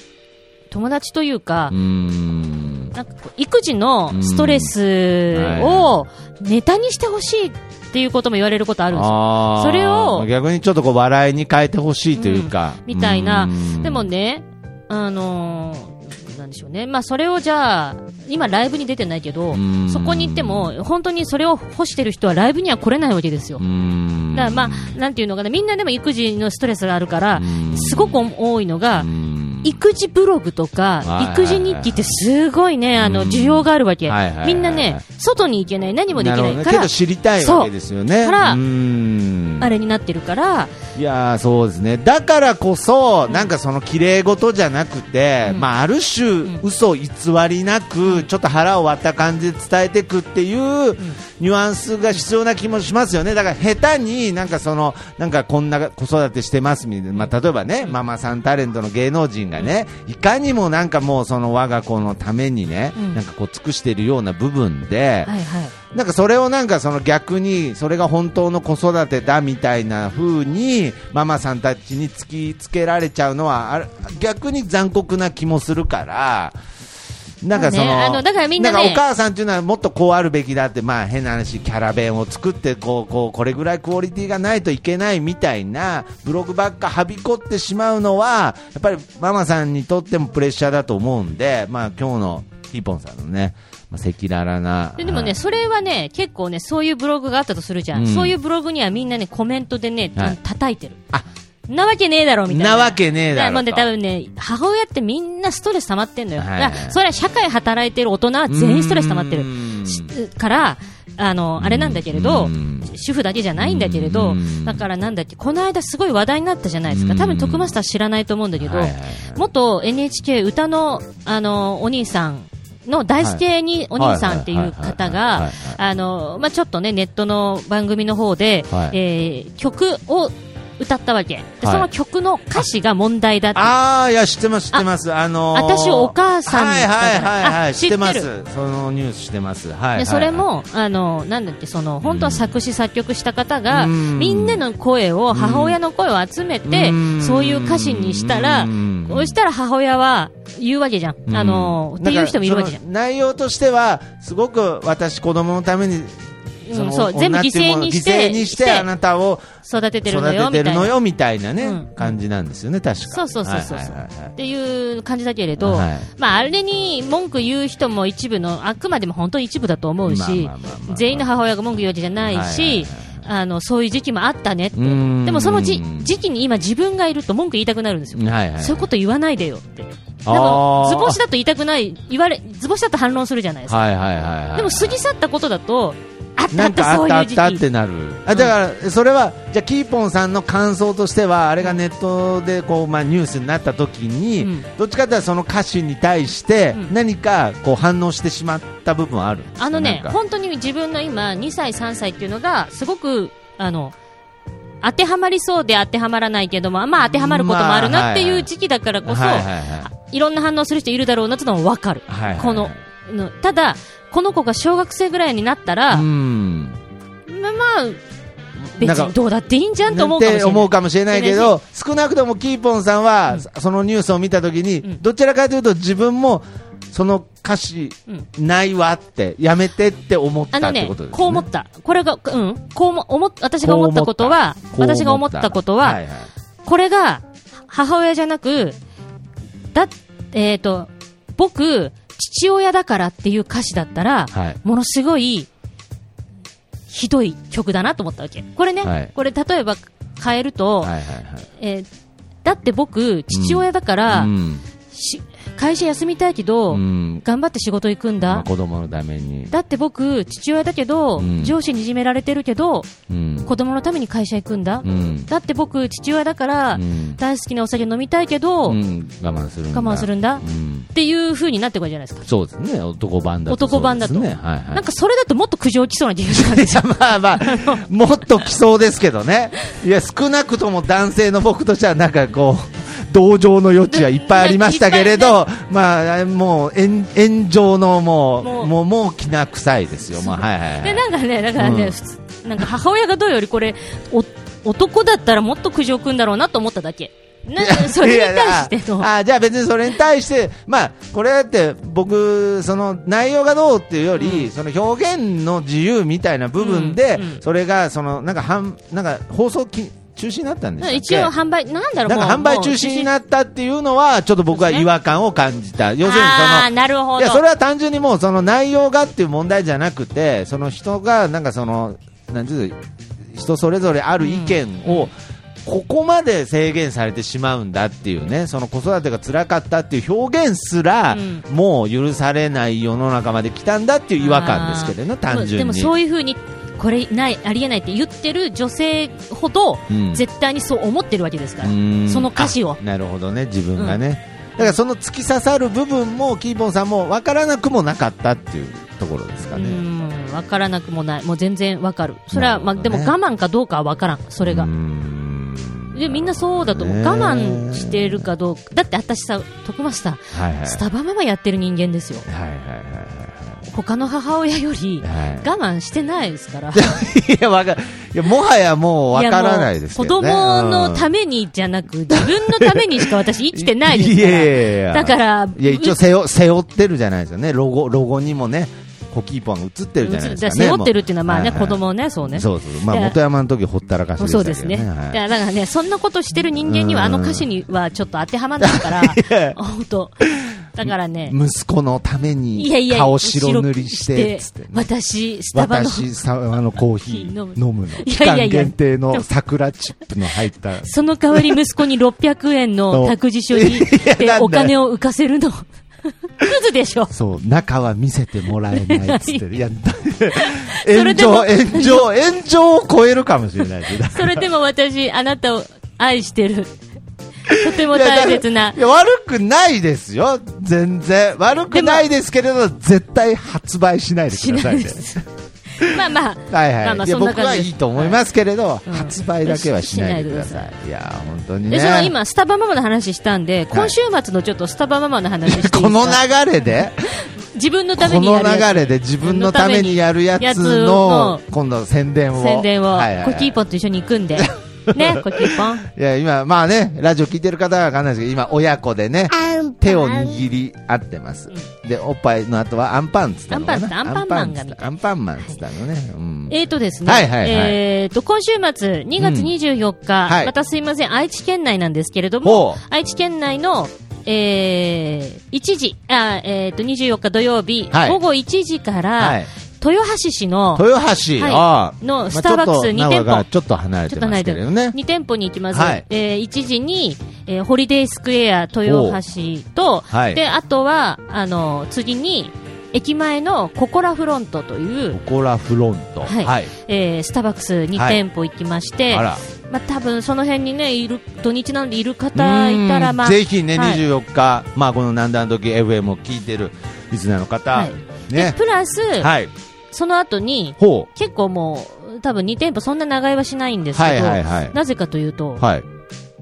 Speaker 1: 友達というか
Speaker 3: うー、ん。
Speaker 1: なんかこう育児のストレスをネタにしてほしいっていうことも言われることあるんですよ。
Speaker 3: あー
Speaker 1: それを
Speaker 3: 逆にちょっとこう、笑いに変えてほしいというか。
Speaker 1: みたいな
Speaker 3: うーん。
Speaker 1: でも、ね、あのーなんでしょうね。まあ、それをじゃあ、今ライブに出てないけど
Speaker 3: うん、
Speaker 1: そこに行っても、本当にそれを欲してる人はライブには来れないわけですよ
Speaker 3: うー。ん。
Speaker 1: だからまあ、なんていうのかな、みんなでも育児のストレスがあるから
Speaker 3: うん、
Speaker 1: すごく多いのが
Speaker 3: うー、ん、
Speaker 1: 育児ブログと
Speaker 3: はい
Speaker 1: か、育児日記ってすごいね、あ
Speaker 3: う
Speaker 1: の、
Speaker 3: ん
Speaker 1: 需要があるわけ
Speaker 3: はいはいはい。
Speaker 1: みんなね、外に行けない、何もでき
Speaker 3: なる
Speaker 1: な
Speaker 3: ほど
Speaker 1: い
Speaker 3: ね
Speaker 1: か
Speaker 3: け
Speaker 1: ら
Speaker 3: ど、知りたいわけですよ
Speaker 1: そ
Speaker 3: ね。
Speaker 1: うから
Speaker 3: うーん
Speaker 1: あれになってるから、
Speaker 3: いやーそうですねだからこそ、なんかその綺麗事じゃなくて、
Speaker 1: うん
Speaker 3: まあ、ある種、
Speaker 1: ん
Speaker 3: 嘘偽りなくちょっと腹を割った感じで伝えていくっていうニュアンスが必要な気もしますよねだから下手になんかそのなんかこんな子育てしてますみたいな、まあ、例えばねママさんタレントの芸能人がね、いかにもなんかもうその我が子のためにね、
Speaker 1: うん
Speaker 3: なんかこう尽くしてるような部分で、
Speaker 1: はいはい。
Speaker 3: なんかそれをなんかその逆にそれが本当の子育てだみたいな風にママさんたちに突きつけられちゃうのはあれ逆に残酷な気もするから。なんかその、
Speaker 1: まあねあのだからみんなね
Speaker 3: んかお母さんっていうのはもっとこうあるべきだって、まあ変な話、キャラ弁を作って、こう、こう、これぐらいクオリティがないといけないみたいな、ブログばっかはびこってしまうのは、やっぱりママさんにとってもプレッシャーだと思うんで、まあ今日のヒーポンさんのね、まあ赤裸々な。
Speaker 1: ででも
Speaker 3: はい
Speaker 1: ね、それはね、結構ね、そういうブログがあったとするじゃん。
Speaker 3: うん
Speaker 1: そういうブログにはみんなね、コメントでね、た
Speaker 3: はい
Speaker 1: 叩いてる。
Speaker 3: あ
Speaker 1: なわけねえだろ、みたいな。
Speaker 3: なわけねえだろと
Speaker 1: もうね、多分ね、母親ってみんなストレス溜まってんのよ。
Speaker 3: はい
Speaker 1: だから、それは社会働いてる大人は全員ストレス溜まってる
Speaker 3: う。ん
Speaker 1: しから、あの、あれなんだけれど
Speaker 3: うん、
Speaker 1: 主婦だけじゃないんだけれど
Speaker 3: う、ん
Speaker 1: だからなんだっけ、この間すごい話題になったじゃないですか。多分、徳マスター知らないと思うんだけど
Speaker 3: はいはいは、
Speaker 1: 元 NHK 歌の、あの、お兄さんの大輔にお兄さんっていう方
Speaker 3: はいはいはいはいはいは
Speaker 1: が
Speaker 3: い、
Speaker 1: あの、まあ、ちょっとね、ネットの番組の方で、
Speaker 3: はい
Speaker 1: えー曲を歌ったわけ。で、
Speaker 3: はい
Speaker 1: その曲の歌詞が問題だって。
Speaker 3: ああ、いや、知ってます、知ってます。あのー、
Speaker 1: 私お母さんだ
Speaker 3: は
Speaker 1: か
Speaker 3: い
Speaker 1: ら
Speaker 3: はいはいは
Speaker 1: あ
Speaker 3: い、知ってま
Speaker 1: 知っ
Speaker 3: す。そのニュース知ってます。はいはいはい。
Speaker 1: でそれも、あのなんだっけその本当は作詞作曲した方が
Speaker 3: うん
Speaker 1: みんなの声を母親の声を集めて
Speaker 3: うん
Speaker 1: そういう歌詞にしたら
Speaker 3: うん
Speaker 1: そしたら母親は言うわけじゃんあのっていう人もいるわけじゃん
Speaker 3: だからその内容としては、すごく私、子供のために、
Speaker 1: うん
Speaker 3: の
Speaker 1: そう全部
Speaker 3: 女っていうもの
Speaker 1: 犠牲にして
Speaker 3: 犠牲にし
Speaker 1: して
Speaker 3: て、あなたを
Speaker 1: 育ててる
Speaker 3: 育
Speaker 1: のよ
Speaker 3: て
Speaker 1: み
Speaker 3: て
Speaker 1: た
Speaker 3: る
Speaker 1: い
Speaker 3: の
Speaker 1: な
Speaker 3: よ、みたいなね
Speaker 1: うん、
Speaker 3: 感じなんですよね、確か。
Speaker 1: そうそうそうそう
Speaker 3: はい
Speaker 1: そう
Speaker 3: はいはいはい
Speaker 1: っていう感じだけれど、
Speaker 3: はい
Speaker 1: まあ、あれに文句言う人も一部のあくまでも本当に一部だと思うし
Speaker 3: まあまあまあまあまあ
Speaker 1: 全員の母親が文句言うわけじゃないし、あのそういう時期もあったねって
Speaker 3: うーん
Speaker 1: でもそのじ時期に今自分がいると文句言いたくなるんですよ
Speaker 3: はいはい。
Speaker 1: そういうこと言わないでよって。多
Speaker 3: あ
Speaker 1: 分
Speaker 3: ー
Speaker 1: 図星だと言いたくない、言われ、図星だと反論するじゃないですか。
Speaker 3: はいはいはいはい。
Speaker 1: でも過ぎ去ったことだと、あったあ
Speaker 3: な
Speaker 1: っ
Speaker 3: んか
Speaker 1: た
Speaker 3: あ
Speaker 1: そ
Speaker 3: っ
Speaker 1: う
Speaker 3: たあ
Speaker 1: いう
Speaker 3: っ
Speaker 1: 時
Speaker 3: たっ
Speaker 1: 期。
Speaker 3: てなる、あだからそれはじゃあキーポンさんの感想としてはあれがネットでこう、まあ、ニュースになった時に、
Speaker 1: うん
Speaker 3: どっちかというとその歌詞に対して
Speaker 1: うん
Speaker 3: 何かこう反応してしまった部分はあるんですか
Speaker 1: あのね
Speaker 3: な、んか
Speaker 1: 本当に自分の今、2歳、3歳っていうのが、すごく、あの、当てはまりそうで当てはまらないけども、まあ当てはまることもある
Speaker 3: まあ
Speaker 1: なって
Speaker 3: はい
Speaker 1: い
Speaker 3: は
Speaker 1: う
Speaker 3: い
Speaker 1: 時期だからこそ、
Speaker 3: はいはいはい
Speaker 1: ろんな反応する人いるだろうなってのもわかる。
Speaker 3: はいはいはい
Speaker 1: この、のただ、この子が小学生ぐらいになったら、
Speaker 3: いうん
Speaker 1: まあまあ、別
Speaker 3: な
Speaker 1: に
Speaker 3: んか
Speaker 1: どうだっていいんじゃんと思
Speaker 3: っ
Speaker 1: うかもしてれない。
Speaker 3: 思うかもしれないけど少なくともキーポンさんは、
Speaker 1: うん
Speaker 3: そのニュースを見た時に、
Speaker 1: うん
Speaker 3: どちらかというと自分もその歌詞
Speaker 1: うん
Speaker 3: ないわってやめてって思っ
Speaker 1: あ
Speaker 3: た
Speaker 1: の
Speaker 3: って
Speaker 1: ね
Speaker 3: ことですね。
Speaker 1: こう思った、これが、うん、こうも思っ私が思ったことは、
Speaker 3: こう思った
Speaker 1: 私が思ったことは、
Speaker 3: いはい
Speaker 1: これが母親じゃなく、だえっ、と、僕、父親だからっていう歌詞だったら、
Speaker 3: はい
Speaker 1: ものすごいひどい曲だなと思ったわけ。これね、
Speaker 3: はい
Speaker 1: これ例えば変えると、
Speaker 3: はいはいはい
Speaker 1: えーだって僕、父親だから、
Speaker 3: うん
Speaker 1: し会社休みたいけど、
Speaker 3: うん
Speaker 1: 頑張って仕事行くんだ。
Speaker 3: まあ子供のために、
Speaker 1: だって僕、父親だけど、
Speaker 3: うん
Speaker 1: 上司にいじめられてるけど、
Speaker 3: うん
Speaker 1: 子供のために会社行くんだ、
Speaker 3: うん
Speaker 1: だって僕、父親だから、
Speaker 3: うん
Speaker 1: 大好きなお酒飲みたいけど、
Speaker 3: う
Speaker 1: 我
Speaker 3: ん我慢するんだ
Speaker 1: 慢するんだ、っ
Speaker 3: うん
Speaker 1: ていう風になってくるじゃないですか、
Speaker 3: そうですね男版だと
Speaker 1: 男版だと
Speaker 3: そうですねはいはい
Speaker 1: なんかそれだともっと苦情きそうな気が したんですよ、
Speaker 3: まあまあ、もっと来そうですけどね、いや少なくとも男性の僕としては、なんかこう、同情の余地はいっぱいありましたけれど、まあ、もう炎炎上のも
Speaker 1: も
Speaker 3: う、
Speaker 1: う
Speaker 3: もうもうきな臭いですよ、もうはいはいはい
Speaker 1: でなんかね、だからね、
Speaker 3: うん
Speaker 1: 普通なんか母親がどうよりこれ、お男だったらもっと苦情くんだろうなと思っただけ、なんかそれに対して
Speaker 3: いや
Speaker 1: の、
Speaker 3: ああじゃあ別にそれに対して、まあ、これだって僕、その内容がどうっていうより、その表現の自由みたいな部分で、
Speaker 1: うんうん
Speaker 3: それがそのなんかはんなんか放送き中止になったんです
Speaker 1: 一応販売、なんだろう、
Speaker 3: なんか
Speaker 1: もう
Speaker 3: 販売中止になったっていうのは、ちょっと僕は違和感を感じた。要するに
Speaker 1: あ
Speaker 3: そ
Speaker 1: ーなるほ
Speaker 3: の、
Speaker 1: ど
Speaker 3: いや、それは単純にもうその内容がっていう問題じゃなくて、その人が、なんかその、なんていうの人それぞれある意見を、ここまで制限されてしまうんだっていうね、その子育てが辛かったっていう表現すら、
Speaker 1: うん
Speaker 3: もう許されない世の中まで来たんだっていう違和感ですけどね、
Speaker 1: あー
Speaker 3: 単純に。
Speaker 1: でもでもそういうふうにこれないありえないって言ってる女性ほど、
Speaker 3: うん
Speaker 1: 絶対にそう思ってるわけですから、
Speaker 3: うん
Speaker 1: その歌詞を
Speaker 3: あなるほどね自分がね、だからその突き刺さる部分もキーボンさんも分からなくもなかったっていうところですか
Speaker 1: う
Speaker 3: ね
Speaker 1: ん分からなくもないもう全然分かるそれは、
Speaker 3: な
Speaker 1: まあ
Speaker 3: るほ
Speaker 1: で
Speaker 3: どね
Speaker 1: も我慢かどうかは分からんそれが
Speaker 3: うーん
Speaker 1: やみんなそうだと思う、
Speaker 3: ねえ
Speaker 1: 我慢してるかどうか、だって私さ、徳松さん、
Speaker 3: はいはい
Speaker 1: スタバママやってる人間ですよ、
Speaker 3: はいはいはい
Speaker 1: 他の母親より
Speaker 3: はいはい
Speaker 1: 我慢してないですから、
Speaker 3: いや、わか、いや、もはやもうわからないですけど、ね。
Speaker 1: やもう子供のた
Speaker 3: め
Speaker 1: めにじゃなく、自分のためにし か私生きてないです
Speaker 3: い
Speaker 1: から。
Speaker 3: やいやいや
Speaker 1: だから
Speaker 3: いや、一応背負、背負ってるじゃないですよね。ロゴ、ロゴにもね、コキーポンが映ってるじゃないですか、ね。
Speaker 1: 背負ってるっていうのは、まあね、
Speaker 3: も
Speaker 1: 子供をね、そうね。
Speaker 3: そうそう。まあ、
Speaker 1: いや
Speaker 3: 元山の時ほったらかしでした
Speaker 1: そ
Speaker 3: け
Speaker 1: う
Speaker 3: ど、ね。
Speaker 1: ですね。だ
Speaker 3: はい
Speaker 1: からなんかね、そんなことしてる人間には、あの歌詞にはちょっと当てはまらない から、本当。だからね、
Speaker 3: 息子のために
Speaker 1: いやいや、
Speaker 3: 顔白塗りして、つってね、
Speaker 1: 私、スタバの、
Speaker 3: 私、サワのコーヒー
Speaker 1: 飲む
Speaker 3: 飲むの。
Speaker 1: い
Speaker 3: 期
Speaker 1: やいや
Speaker 3: 間
Speaker 1: いや
Speaker 3: 限定の桜チップの入った。
Speaker 1: その代わり息子に600円の託児所に行っ
Speaker 3: いやな
Speaker 1: て
Speaker 3: んだよ
Speaker 1: お金を浮かせるの。クズでしょ。
Speaker 3: そう、中は見せてもらえないっつってる。い や、
Speaker 1: そ
Speaker 3: 炎
Speaker 1: れで
Speaker 3: 上、
Speaker 1: も
Speaker 3: 炎上、炎上を超えるかもしれないですよ。
Speaker 1: それでも私、あなたを愛してる。とても
Speaker 3: いやだ。
Speaker 1: 大切ない
Speaker 3: や悪くないですよ、全然。悪くないですけれど、絶対発売しないでく
Speaker 1: し
Speaker 3: だ
Speaker 1: な
Speaker 3: さ
Speaker 1: い
Speaker 3: い
Speaker 1: で
Speaker 3: ね。
Speaker 1: す。まあまあ、
Speaker 3: はいはい。
Speaker 1: まあまあ
Speaker 3: いや
Speaker 1: そんな
Speaker 3: 僕
Speaker 1: 感
Speaker 3: は
Speaker 1: じです
Speaker 3: いいと思いますけれど、
Speaker 1: うん
Speaker 3: 発売だけはしないでくださ
Speaker 1: しないで
Speaker 3: い。いや、本当に
Speaker 1: でその
Speaker 3: ね。
Speaker 1: 今、スタバママの話したんで、今週末のちょっとスタバママの話していいですか
Speaker 3: この流れで、
Speaker 1: 自分のため
Speaker 3: こ
Speaker 1: にや
Speaker 3: の
Speaker 1: るやつ
Speaker 3: 流れで自分のためにやるや
Speaker 1: や
Speaker 3: つ
Speaker 1: つ
Speaker 3: の
Speaker 1: の、
Speaker 3: 今度宣伝を。
Speaker 1: 宣伝を、
Speaker 3: はいはいは
Speaker 1: コ
Speaker 3: い
Speaker 1: キーポンと一緒に行く んで、ね、コキーポン。
Speaker 3: いや、今、まあね、ラジオ聞いてる方はわかんないですけど、今、親子でね、
Speaker 4: アンパン。
Speaker 3: 手を握り合ってます。で、おっぱいの後はアンパンっつったのかな
Speaker 1: アンパンアンパンマンが見たい
Speaker 3: アンパンマンっつったのね。うん。
Speaker 1: えーとですね、
Speaker 3: はいはいはい
Speaker 1: えーと、今週末、2月24日、
Speaker 3: はい
Speaker 1: またすいません、愛知県内なんですけれど
Speaker 3: ほ
Speaker 1: も
Speaker 3: う、
Speaker 1: 愛知県内の、えー、1時、あーえーと、24日土曜日、
Speaker 3: はい
Speaker 1: 午後1時から、
Speaker 3: はい。
Speaker 1: 豊橋市の、
Speaker 3: 豊橋、
Speaker 1: はい
Speaker 3: ああ
Speaker 1: のスターバックス
Speaker 3: まあちょっと名古屋からちょっと離れ
Speaker 1: ちょ
Speaker 3: て
Speaker 1: っと
Speaker 3: ま
Speaker 1: ない
Speaker 3: すけ
Speaker 1: で
Speaker 3: れどね。
Speaker 1: 2店舗に行きます。
Speaker 3: はい
Speaker 1: えー1時に、えーホリデースクエア豊橋と、
Speaker 3: はい
Speaker 1: で、あとは、あの、次に、駅前のココラフロントという、
Speaker 3: ココラフロント。は。
Speaker 1: はいいえースターバックス2店舗行きまして、
Speaker 3: あら。
Speaker 1: まあ多分その辺にね、いる、土日なんでいる
Speaker 3: う
Speaker 1: 方いたら、
Speaker 3: ー
Speaker 1: ま
Speaker 3: ん
Speaker 1: あ、
Speaker 3: ぜひね、
Speaker 1: はい
Speaker 3: 24日、まあこのなんだの時 FM を聞いてるリスナーの
Speaker 1: は
Speaker 3: 方
Speaker 1: い、で
Speaker 3: ね。
Speaker 1: プラス、
Speaker 3: はい。
Speaker 1: その後に、
Speaker 3: ほう。
Speaker 1: 結構もう、多分2店舗そんな長居はしないんですけど、
Speaker 3: はいはいはい。
Speaker 1: なぜかというと、
Speaker 3: はい。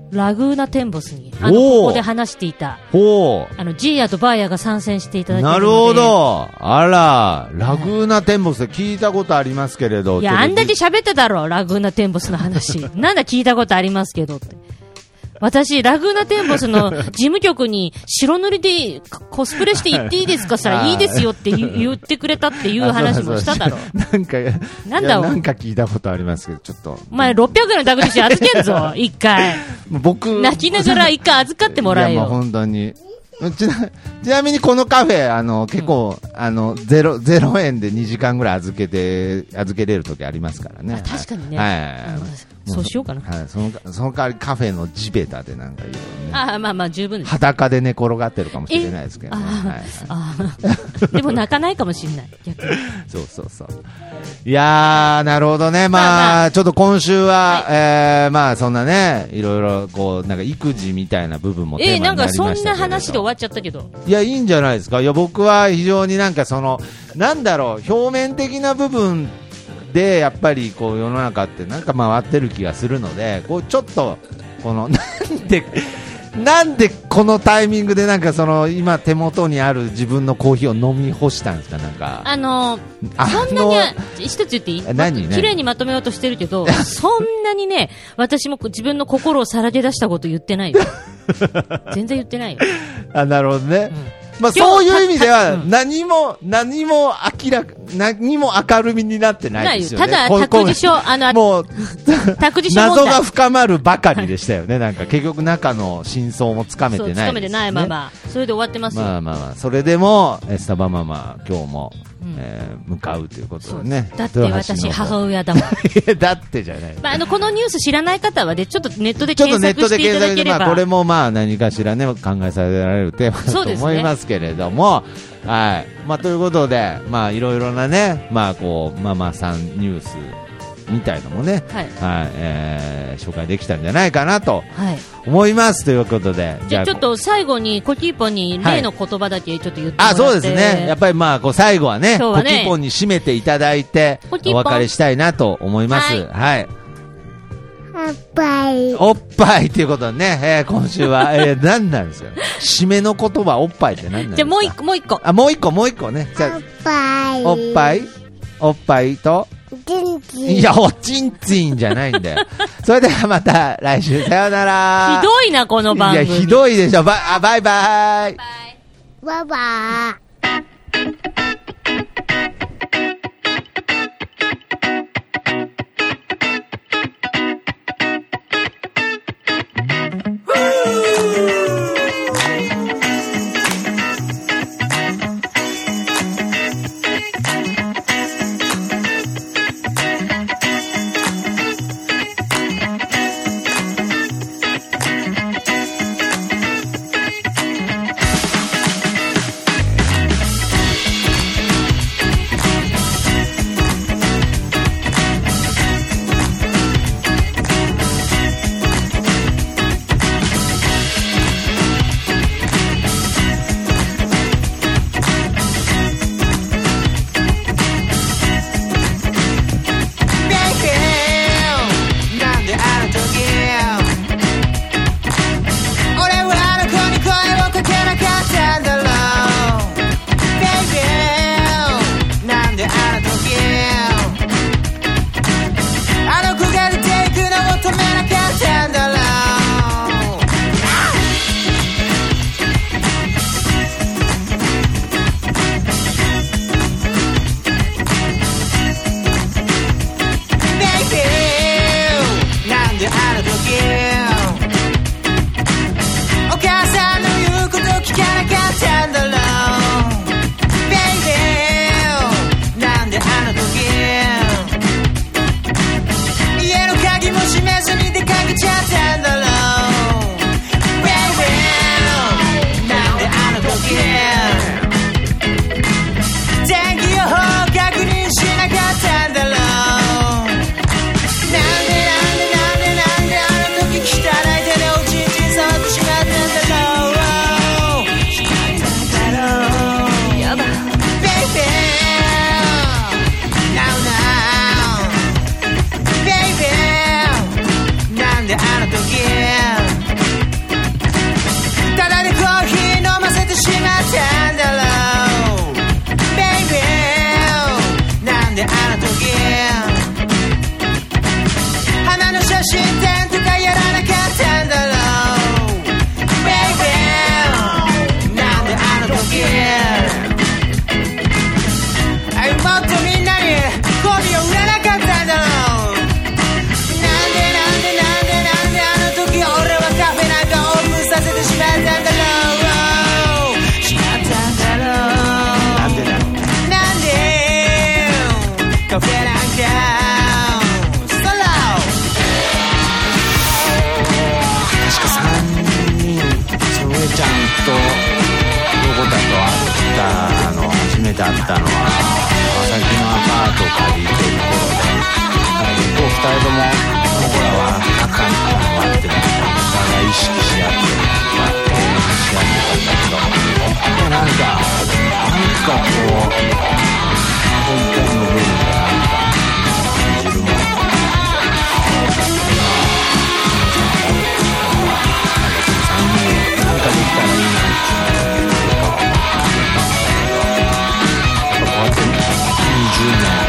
Speaker 1: ラグーナテンボスに、あの、
Speaker 3: おー
Speaker 1: ここで話していた、
Speaker 3: ほう。
Speaker 1: あの、ジーヤとバーヤが参戦していただいて
Speaker 3: な
Speaker 1: る
Speaker 3: る
Speaker 1: の
Speaker 3: ほ
Speaker 1: で。
Speaker 3: ど。あら、ラグーナテンボスで聞いたことありますけれど。
Speaker 1: いや、あんだけ
Speaker 3: テレビ
Speaker 1: 喋っただろ、ラグーナテンボスの 話。なんだ聞いたことありますけどって。私、ラグーナテンボスの事務局に白塗りでコスプレして行っていいですかしたらいいですよって言う言ってくれたっていう話もしただろ
Speaker 3: あ。 そうそうなんか、
Speaker 1: なんだ
Speaker 3: いや
Speaker 1: お
Speaker 3: なんか聞いたことありますけど、ちょっと。
Speaker 1: お前600円の託児所預けんぞ、一 回。
Speaker 3: 僕、
Speaker 1: 泣きながら一回預かってもらえ
Speaker 3: いや、もう
Speaker 1: よ。
Speaker 3: 本当に。ちなちなみにこのカフェ、あの、結構、あの、ゼロ、ゼロ円で2時間ぐらい預けて、預けれる時ありますからね。
Speaker 1: あ確かにね
Speaker 3: はい
Speaker 1: あの
Speaker 3: はい。
Speaker 1: そうしようかな
Speaker 3: はい。その、その代わりカフェの地べたでなんかいろいろね。
Speaker 1: ああ、まあまあ十分です。
Speaker 3: 裸で寝転がってるかもしれないですけどね。
Speaker 1: あー
Speaker 3: はいはい
Speaker 1: ああ でも泣かないかもしれない。逆 に
Speaker 3: そうそうそう。いやー、なるほどね。まあ、
Speaker 1: まあま
Speaker 3: ちょっと今週は、えー、まあ、そんなね、いろいろ、こう、なんか育児みたいな部分もテーマ
Speaker 1: え
Speaker 3: にな
Speaker 1: な
Speaker 3: り
Speaker 1: ん
Speaker 3: ま
Speaker 1: か
Speaker 3: したけれど
Speaker 1: そんな話で終わっちゃったけど。
Speaker 3: いや、いいんじゃないですか。いや、僕は非常になんかその、なんだろう、表面的な部分で、やっぱりこう、世の中ってなんか回ってる気がするので、こう、ちょっと、この、 なんで、なんでこのタイミングでなんかその、今手元にある自分のコーヒーを飲み干したんですか、なんか。
Speaker 1: あのー、
Speaker 3: あ
Speaker 1: そんなにあ、一つ言っていい
Speaker 3: え何何
Speaker 1: 綺麗にまとめようとしてるけど、そんなにね、私も自分の心をさらけ出したこと言ってないよ。 全然言ってないよ。
Speaker 3: あ、なるほどね。
Speaker 1: う
Speaker 3: まあ、
Speaker 1: 今日
Speaker 3: そういう意味で
Speaker 1: た
Speaker 3: は、
Speaker 1: たうん
Speaker 3: 何も、何も明らか、何も明るみになってないですよね。
Speaker 1: ないよた
Speaker 3: こ
Speaker 1: だ
Speaker 3: こ
Speaker 1: 託児所あの
Speaker 3: もう、
Speaker 1: 託児所問
Speaker 3: 謎
Speaker 1: 題。
Speaker 3: が深まるばかりでしたよね、なんか結局、中の真相もつかめてな
Speaker 1: そ
Speaker 3: い、
Speaker 1: う、
Speaker 3: ね、
Speaker 1: つかめてないまま。それで終わってますよ。
Speaker 3: まあまあまあ、それでも、えスタバママ、今日も、
Speaker 1: うん
Speaker 3: えー向かうということ
Speaker 1: そう
Speaker 3: でね、
Speaker 1: だって
Speaker 3: 豊橋
Speaker 1: 私、
Speaker 3: の方
Speaker 1: 母親だもん。
Speaker 3: いやだってじゃない、
Speaker 1: まあ、あの、このニュース知らない方はね、ちょっとネットで
Speaker 3: ちょっと
Speaker 1: 検
Speaker 3: ネッ
Speaker 1: 索
Speaker 3: ト
Speaker 1: し
Speaker 3: で
Speaker 1: ていた
Speaker 3: 検
Speaker 1: だけれ
Speaker 3: 索で、まあ、これ
Speaker 1: ば。
Speaker 3: もまあ何かしらね、考えさせられるテーマ
Speaker 1: そ
Speaker 3: だ
Speaker 1: う
Speaker 3: と
Speaker 1: ですね
Speaker 3: 思いますけれども、はいまあ、ということで、まあ、いろいろなね、まあ、こうママさんニュースみたいのもね、
Speaker 1: はい。
Speaker 3: はいえー紹介できたんじゃないかなと。
Speaker 1: はい。
Speaker 3: 思いますということで、
Speaker 1: じゃあ、ちょっと最後に、コキーポンに例の言葉だけちょっと言ってもらって。
Speaker 3: あ、そうですね。やっぱりまあ、こう最後はね、
Speaker 1: 今日
Speaker 3: コ
Speaker 1: は
Speaker 3: キ
Speaker 1: ね
Speaker 3: ーポンに締めていただいて、
Speaker 1: コキ
Speaker 3: お
Speaker 1: ポン
Speaker 3: 別れしたいなと思います。
Speaker 1: はい
Speaker 3: はい。
Speaker 4: アンっぱい。
Speaker 3: おっぱいっていうことでね、えー今 週は、えー、何なんですかね。締めの言葉、おっぱいって何なんですか
Speaker 1: じゃあもう一個、もう一個。
Speaker 3: あ、もう一個、もう一個ね。じ
Speaker 4: お
Speaker 3: ゃ
Speaker 4: っぱ
Speaker 3: あ
Speaker 4: い。
Speaker 3: おっぱい、おっぱいと、
Speaker 4: 元気。
Speaker 3: いや、おちんちんじゃない んだよ。それではまた来週、さようなら。
Speaker 1: ひどいな、この番
Speaker 3: いや、
Speaker 1: 組。
Speaker 3: ひどいでしょ。ばあバイバイ。
Speaker 4: バイバイ。
Speaker 5: なんであの時俺はあの子に声をかけなかったんだろう Baby なんであの時あの子が出ていくのを止めなかったんだろう「なんであの時お母さんの言うこと聞かなかったんだろう」「ベイベーなんであの時家の鍵も閉めずに出かけちゃったんだろう」「ベイベーなんであの時天気予報確認しなかったんだろう」なんでなんでなんでなんであの時汚い手でおちんちん触ってしまったんだろう Baby やだ Baby Now now Baby なんであの時ただでコーヒー飲ませてしまったんだろう Baby なんであの時花の写真展とかやらなかったんだろう Baby なんであの時あいもっとみんなにコーデを売らなかったんだろうなんでなんでなんでなんであの時俺はカフェなんかオープンさせてしまったんだろうしまったんだろうなんでだなんでカフェなんかソロ
Speaker 6: 確か3人それちゃんとどこだと会ったの初めて会ったのは川崎のアパート借りてる頃でだから結構2人とも僕らは仲になってなお互い意識し合ってまあ意識し合ってたんだけどでもなんかなんかこう本当の部分がなんか感じるものなんかできたらいいなっていうかやっぱこうやって20年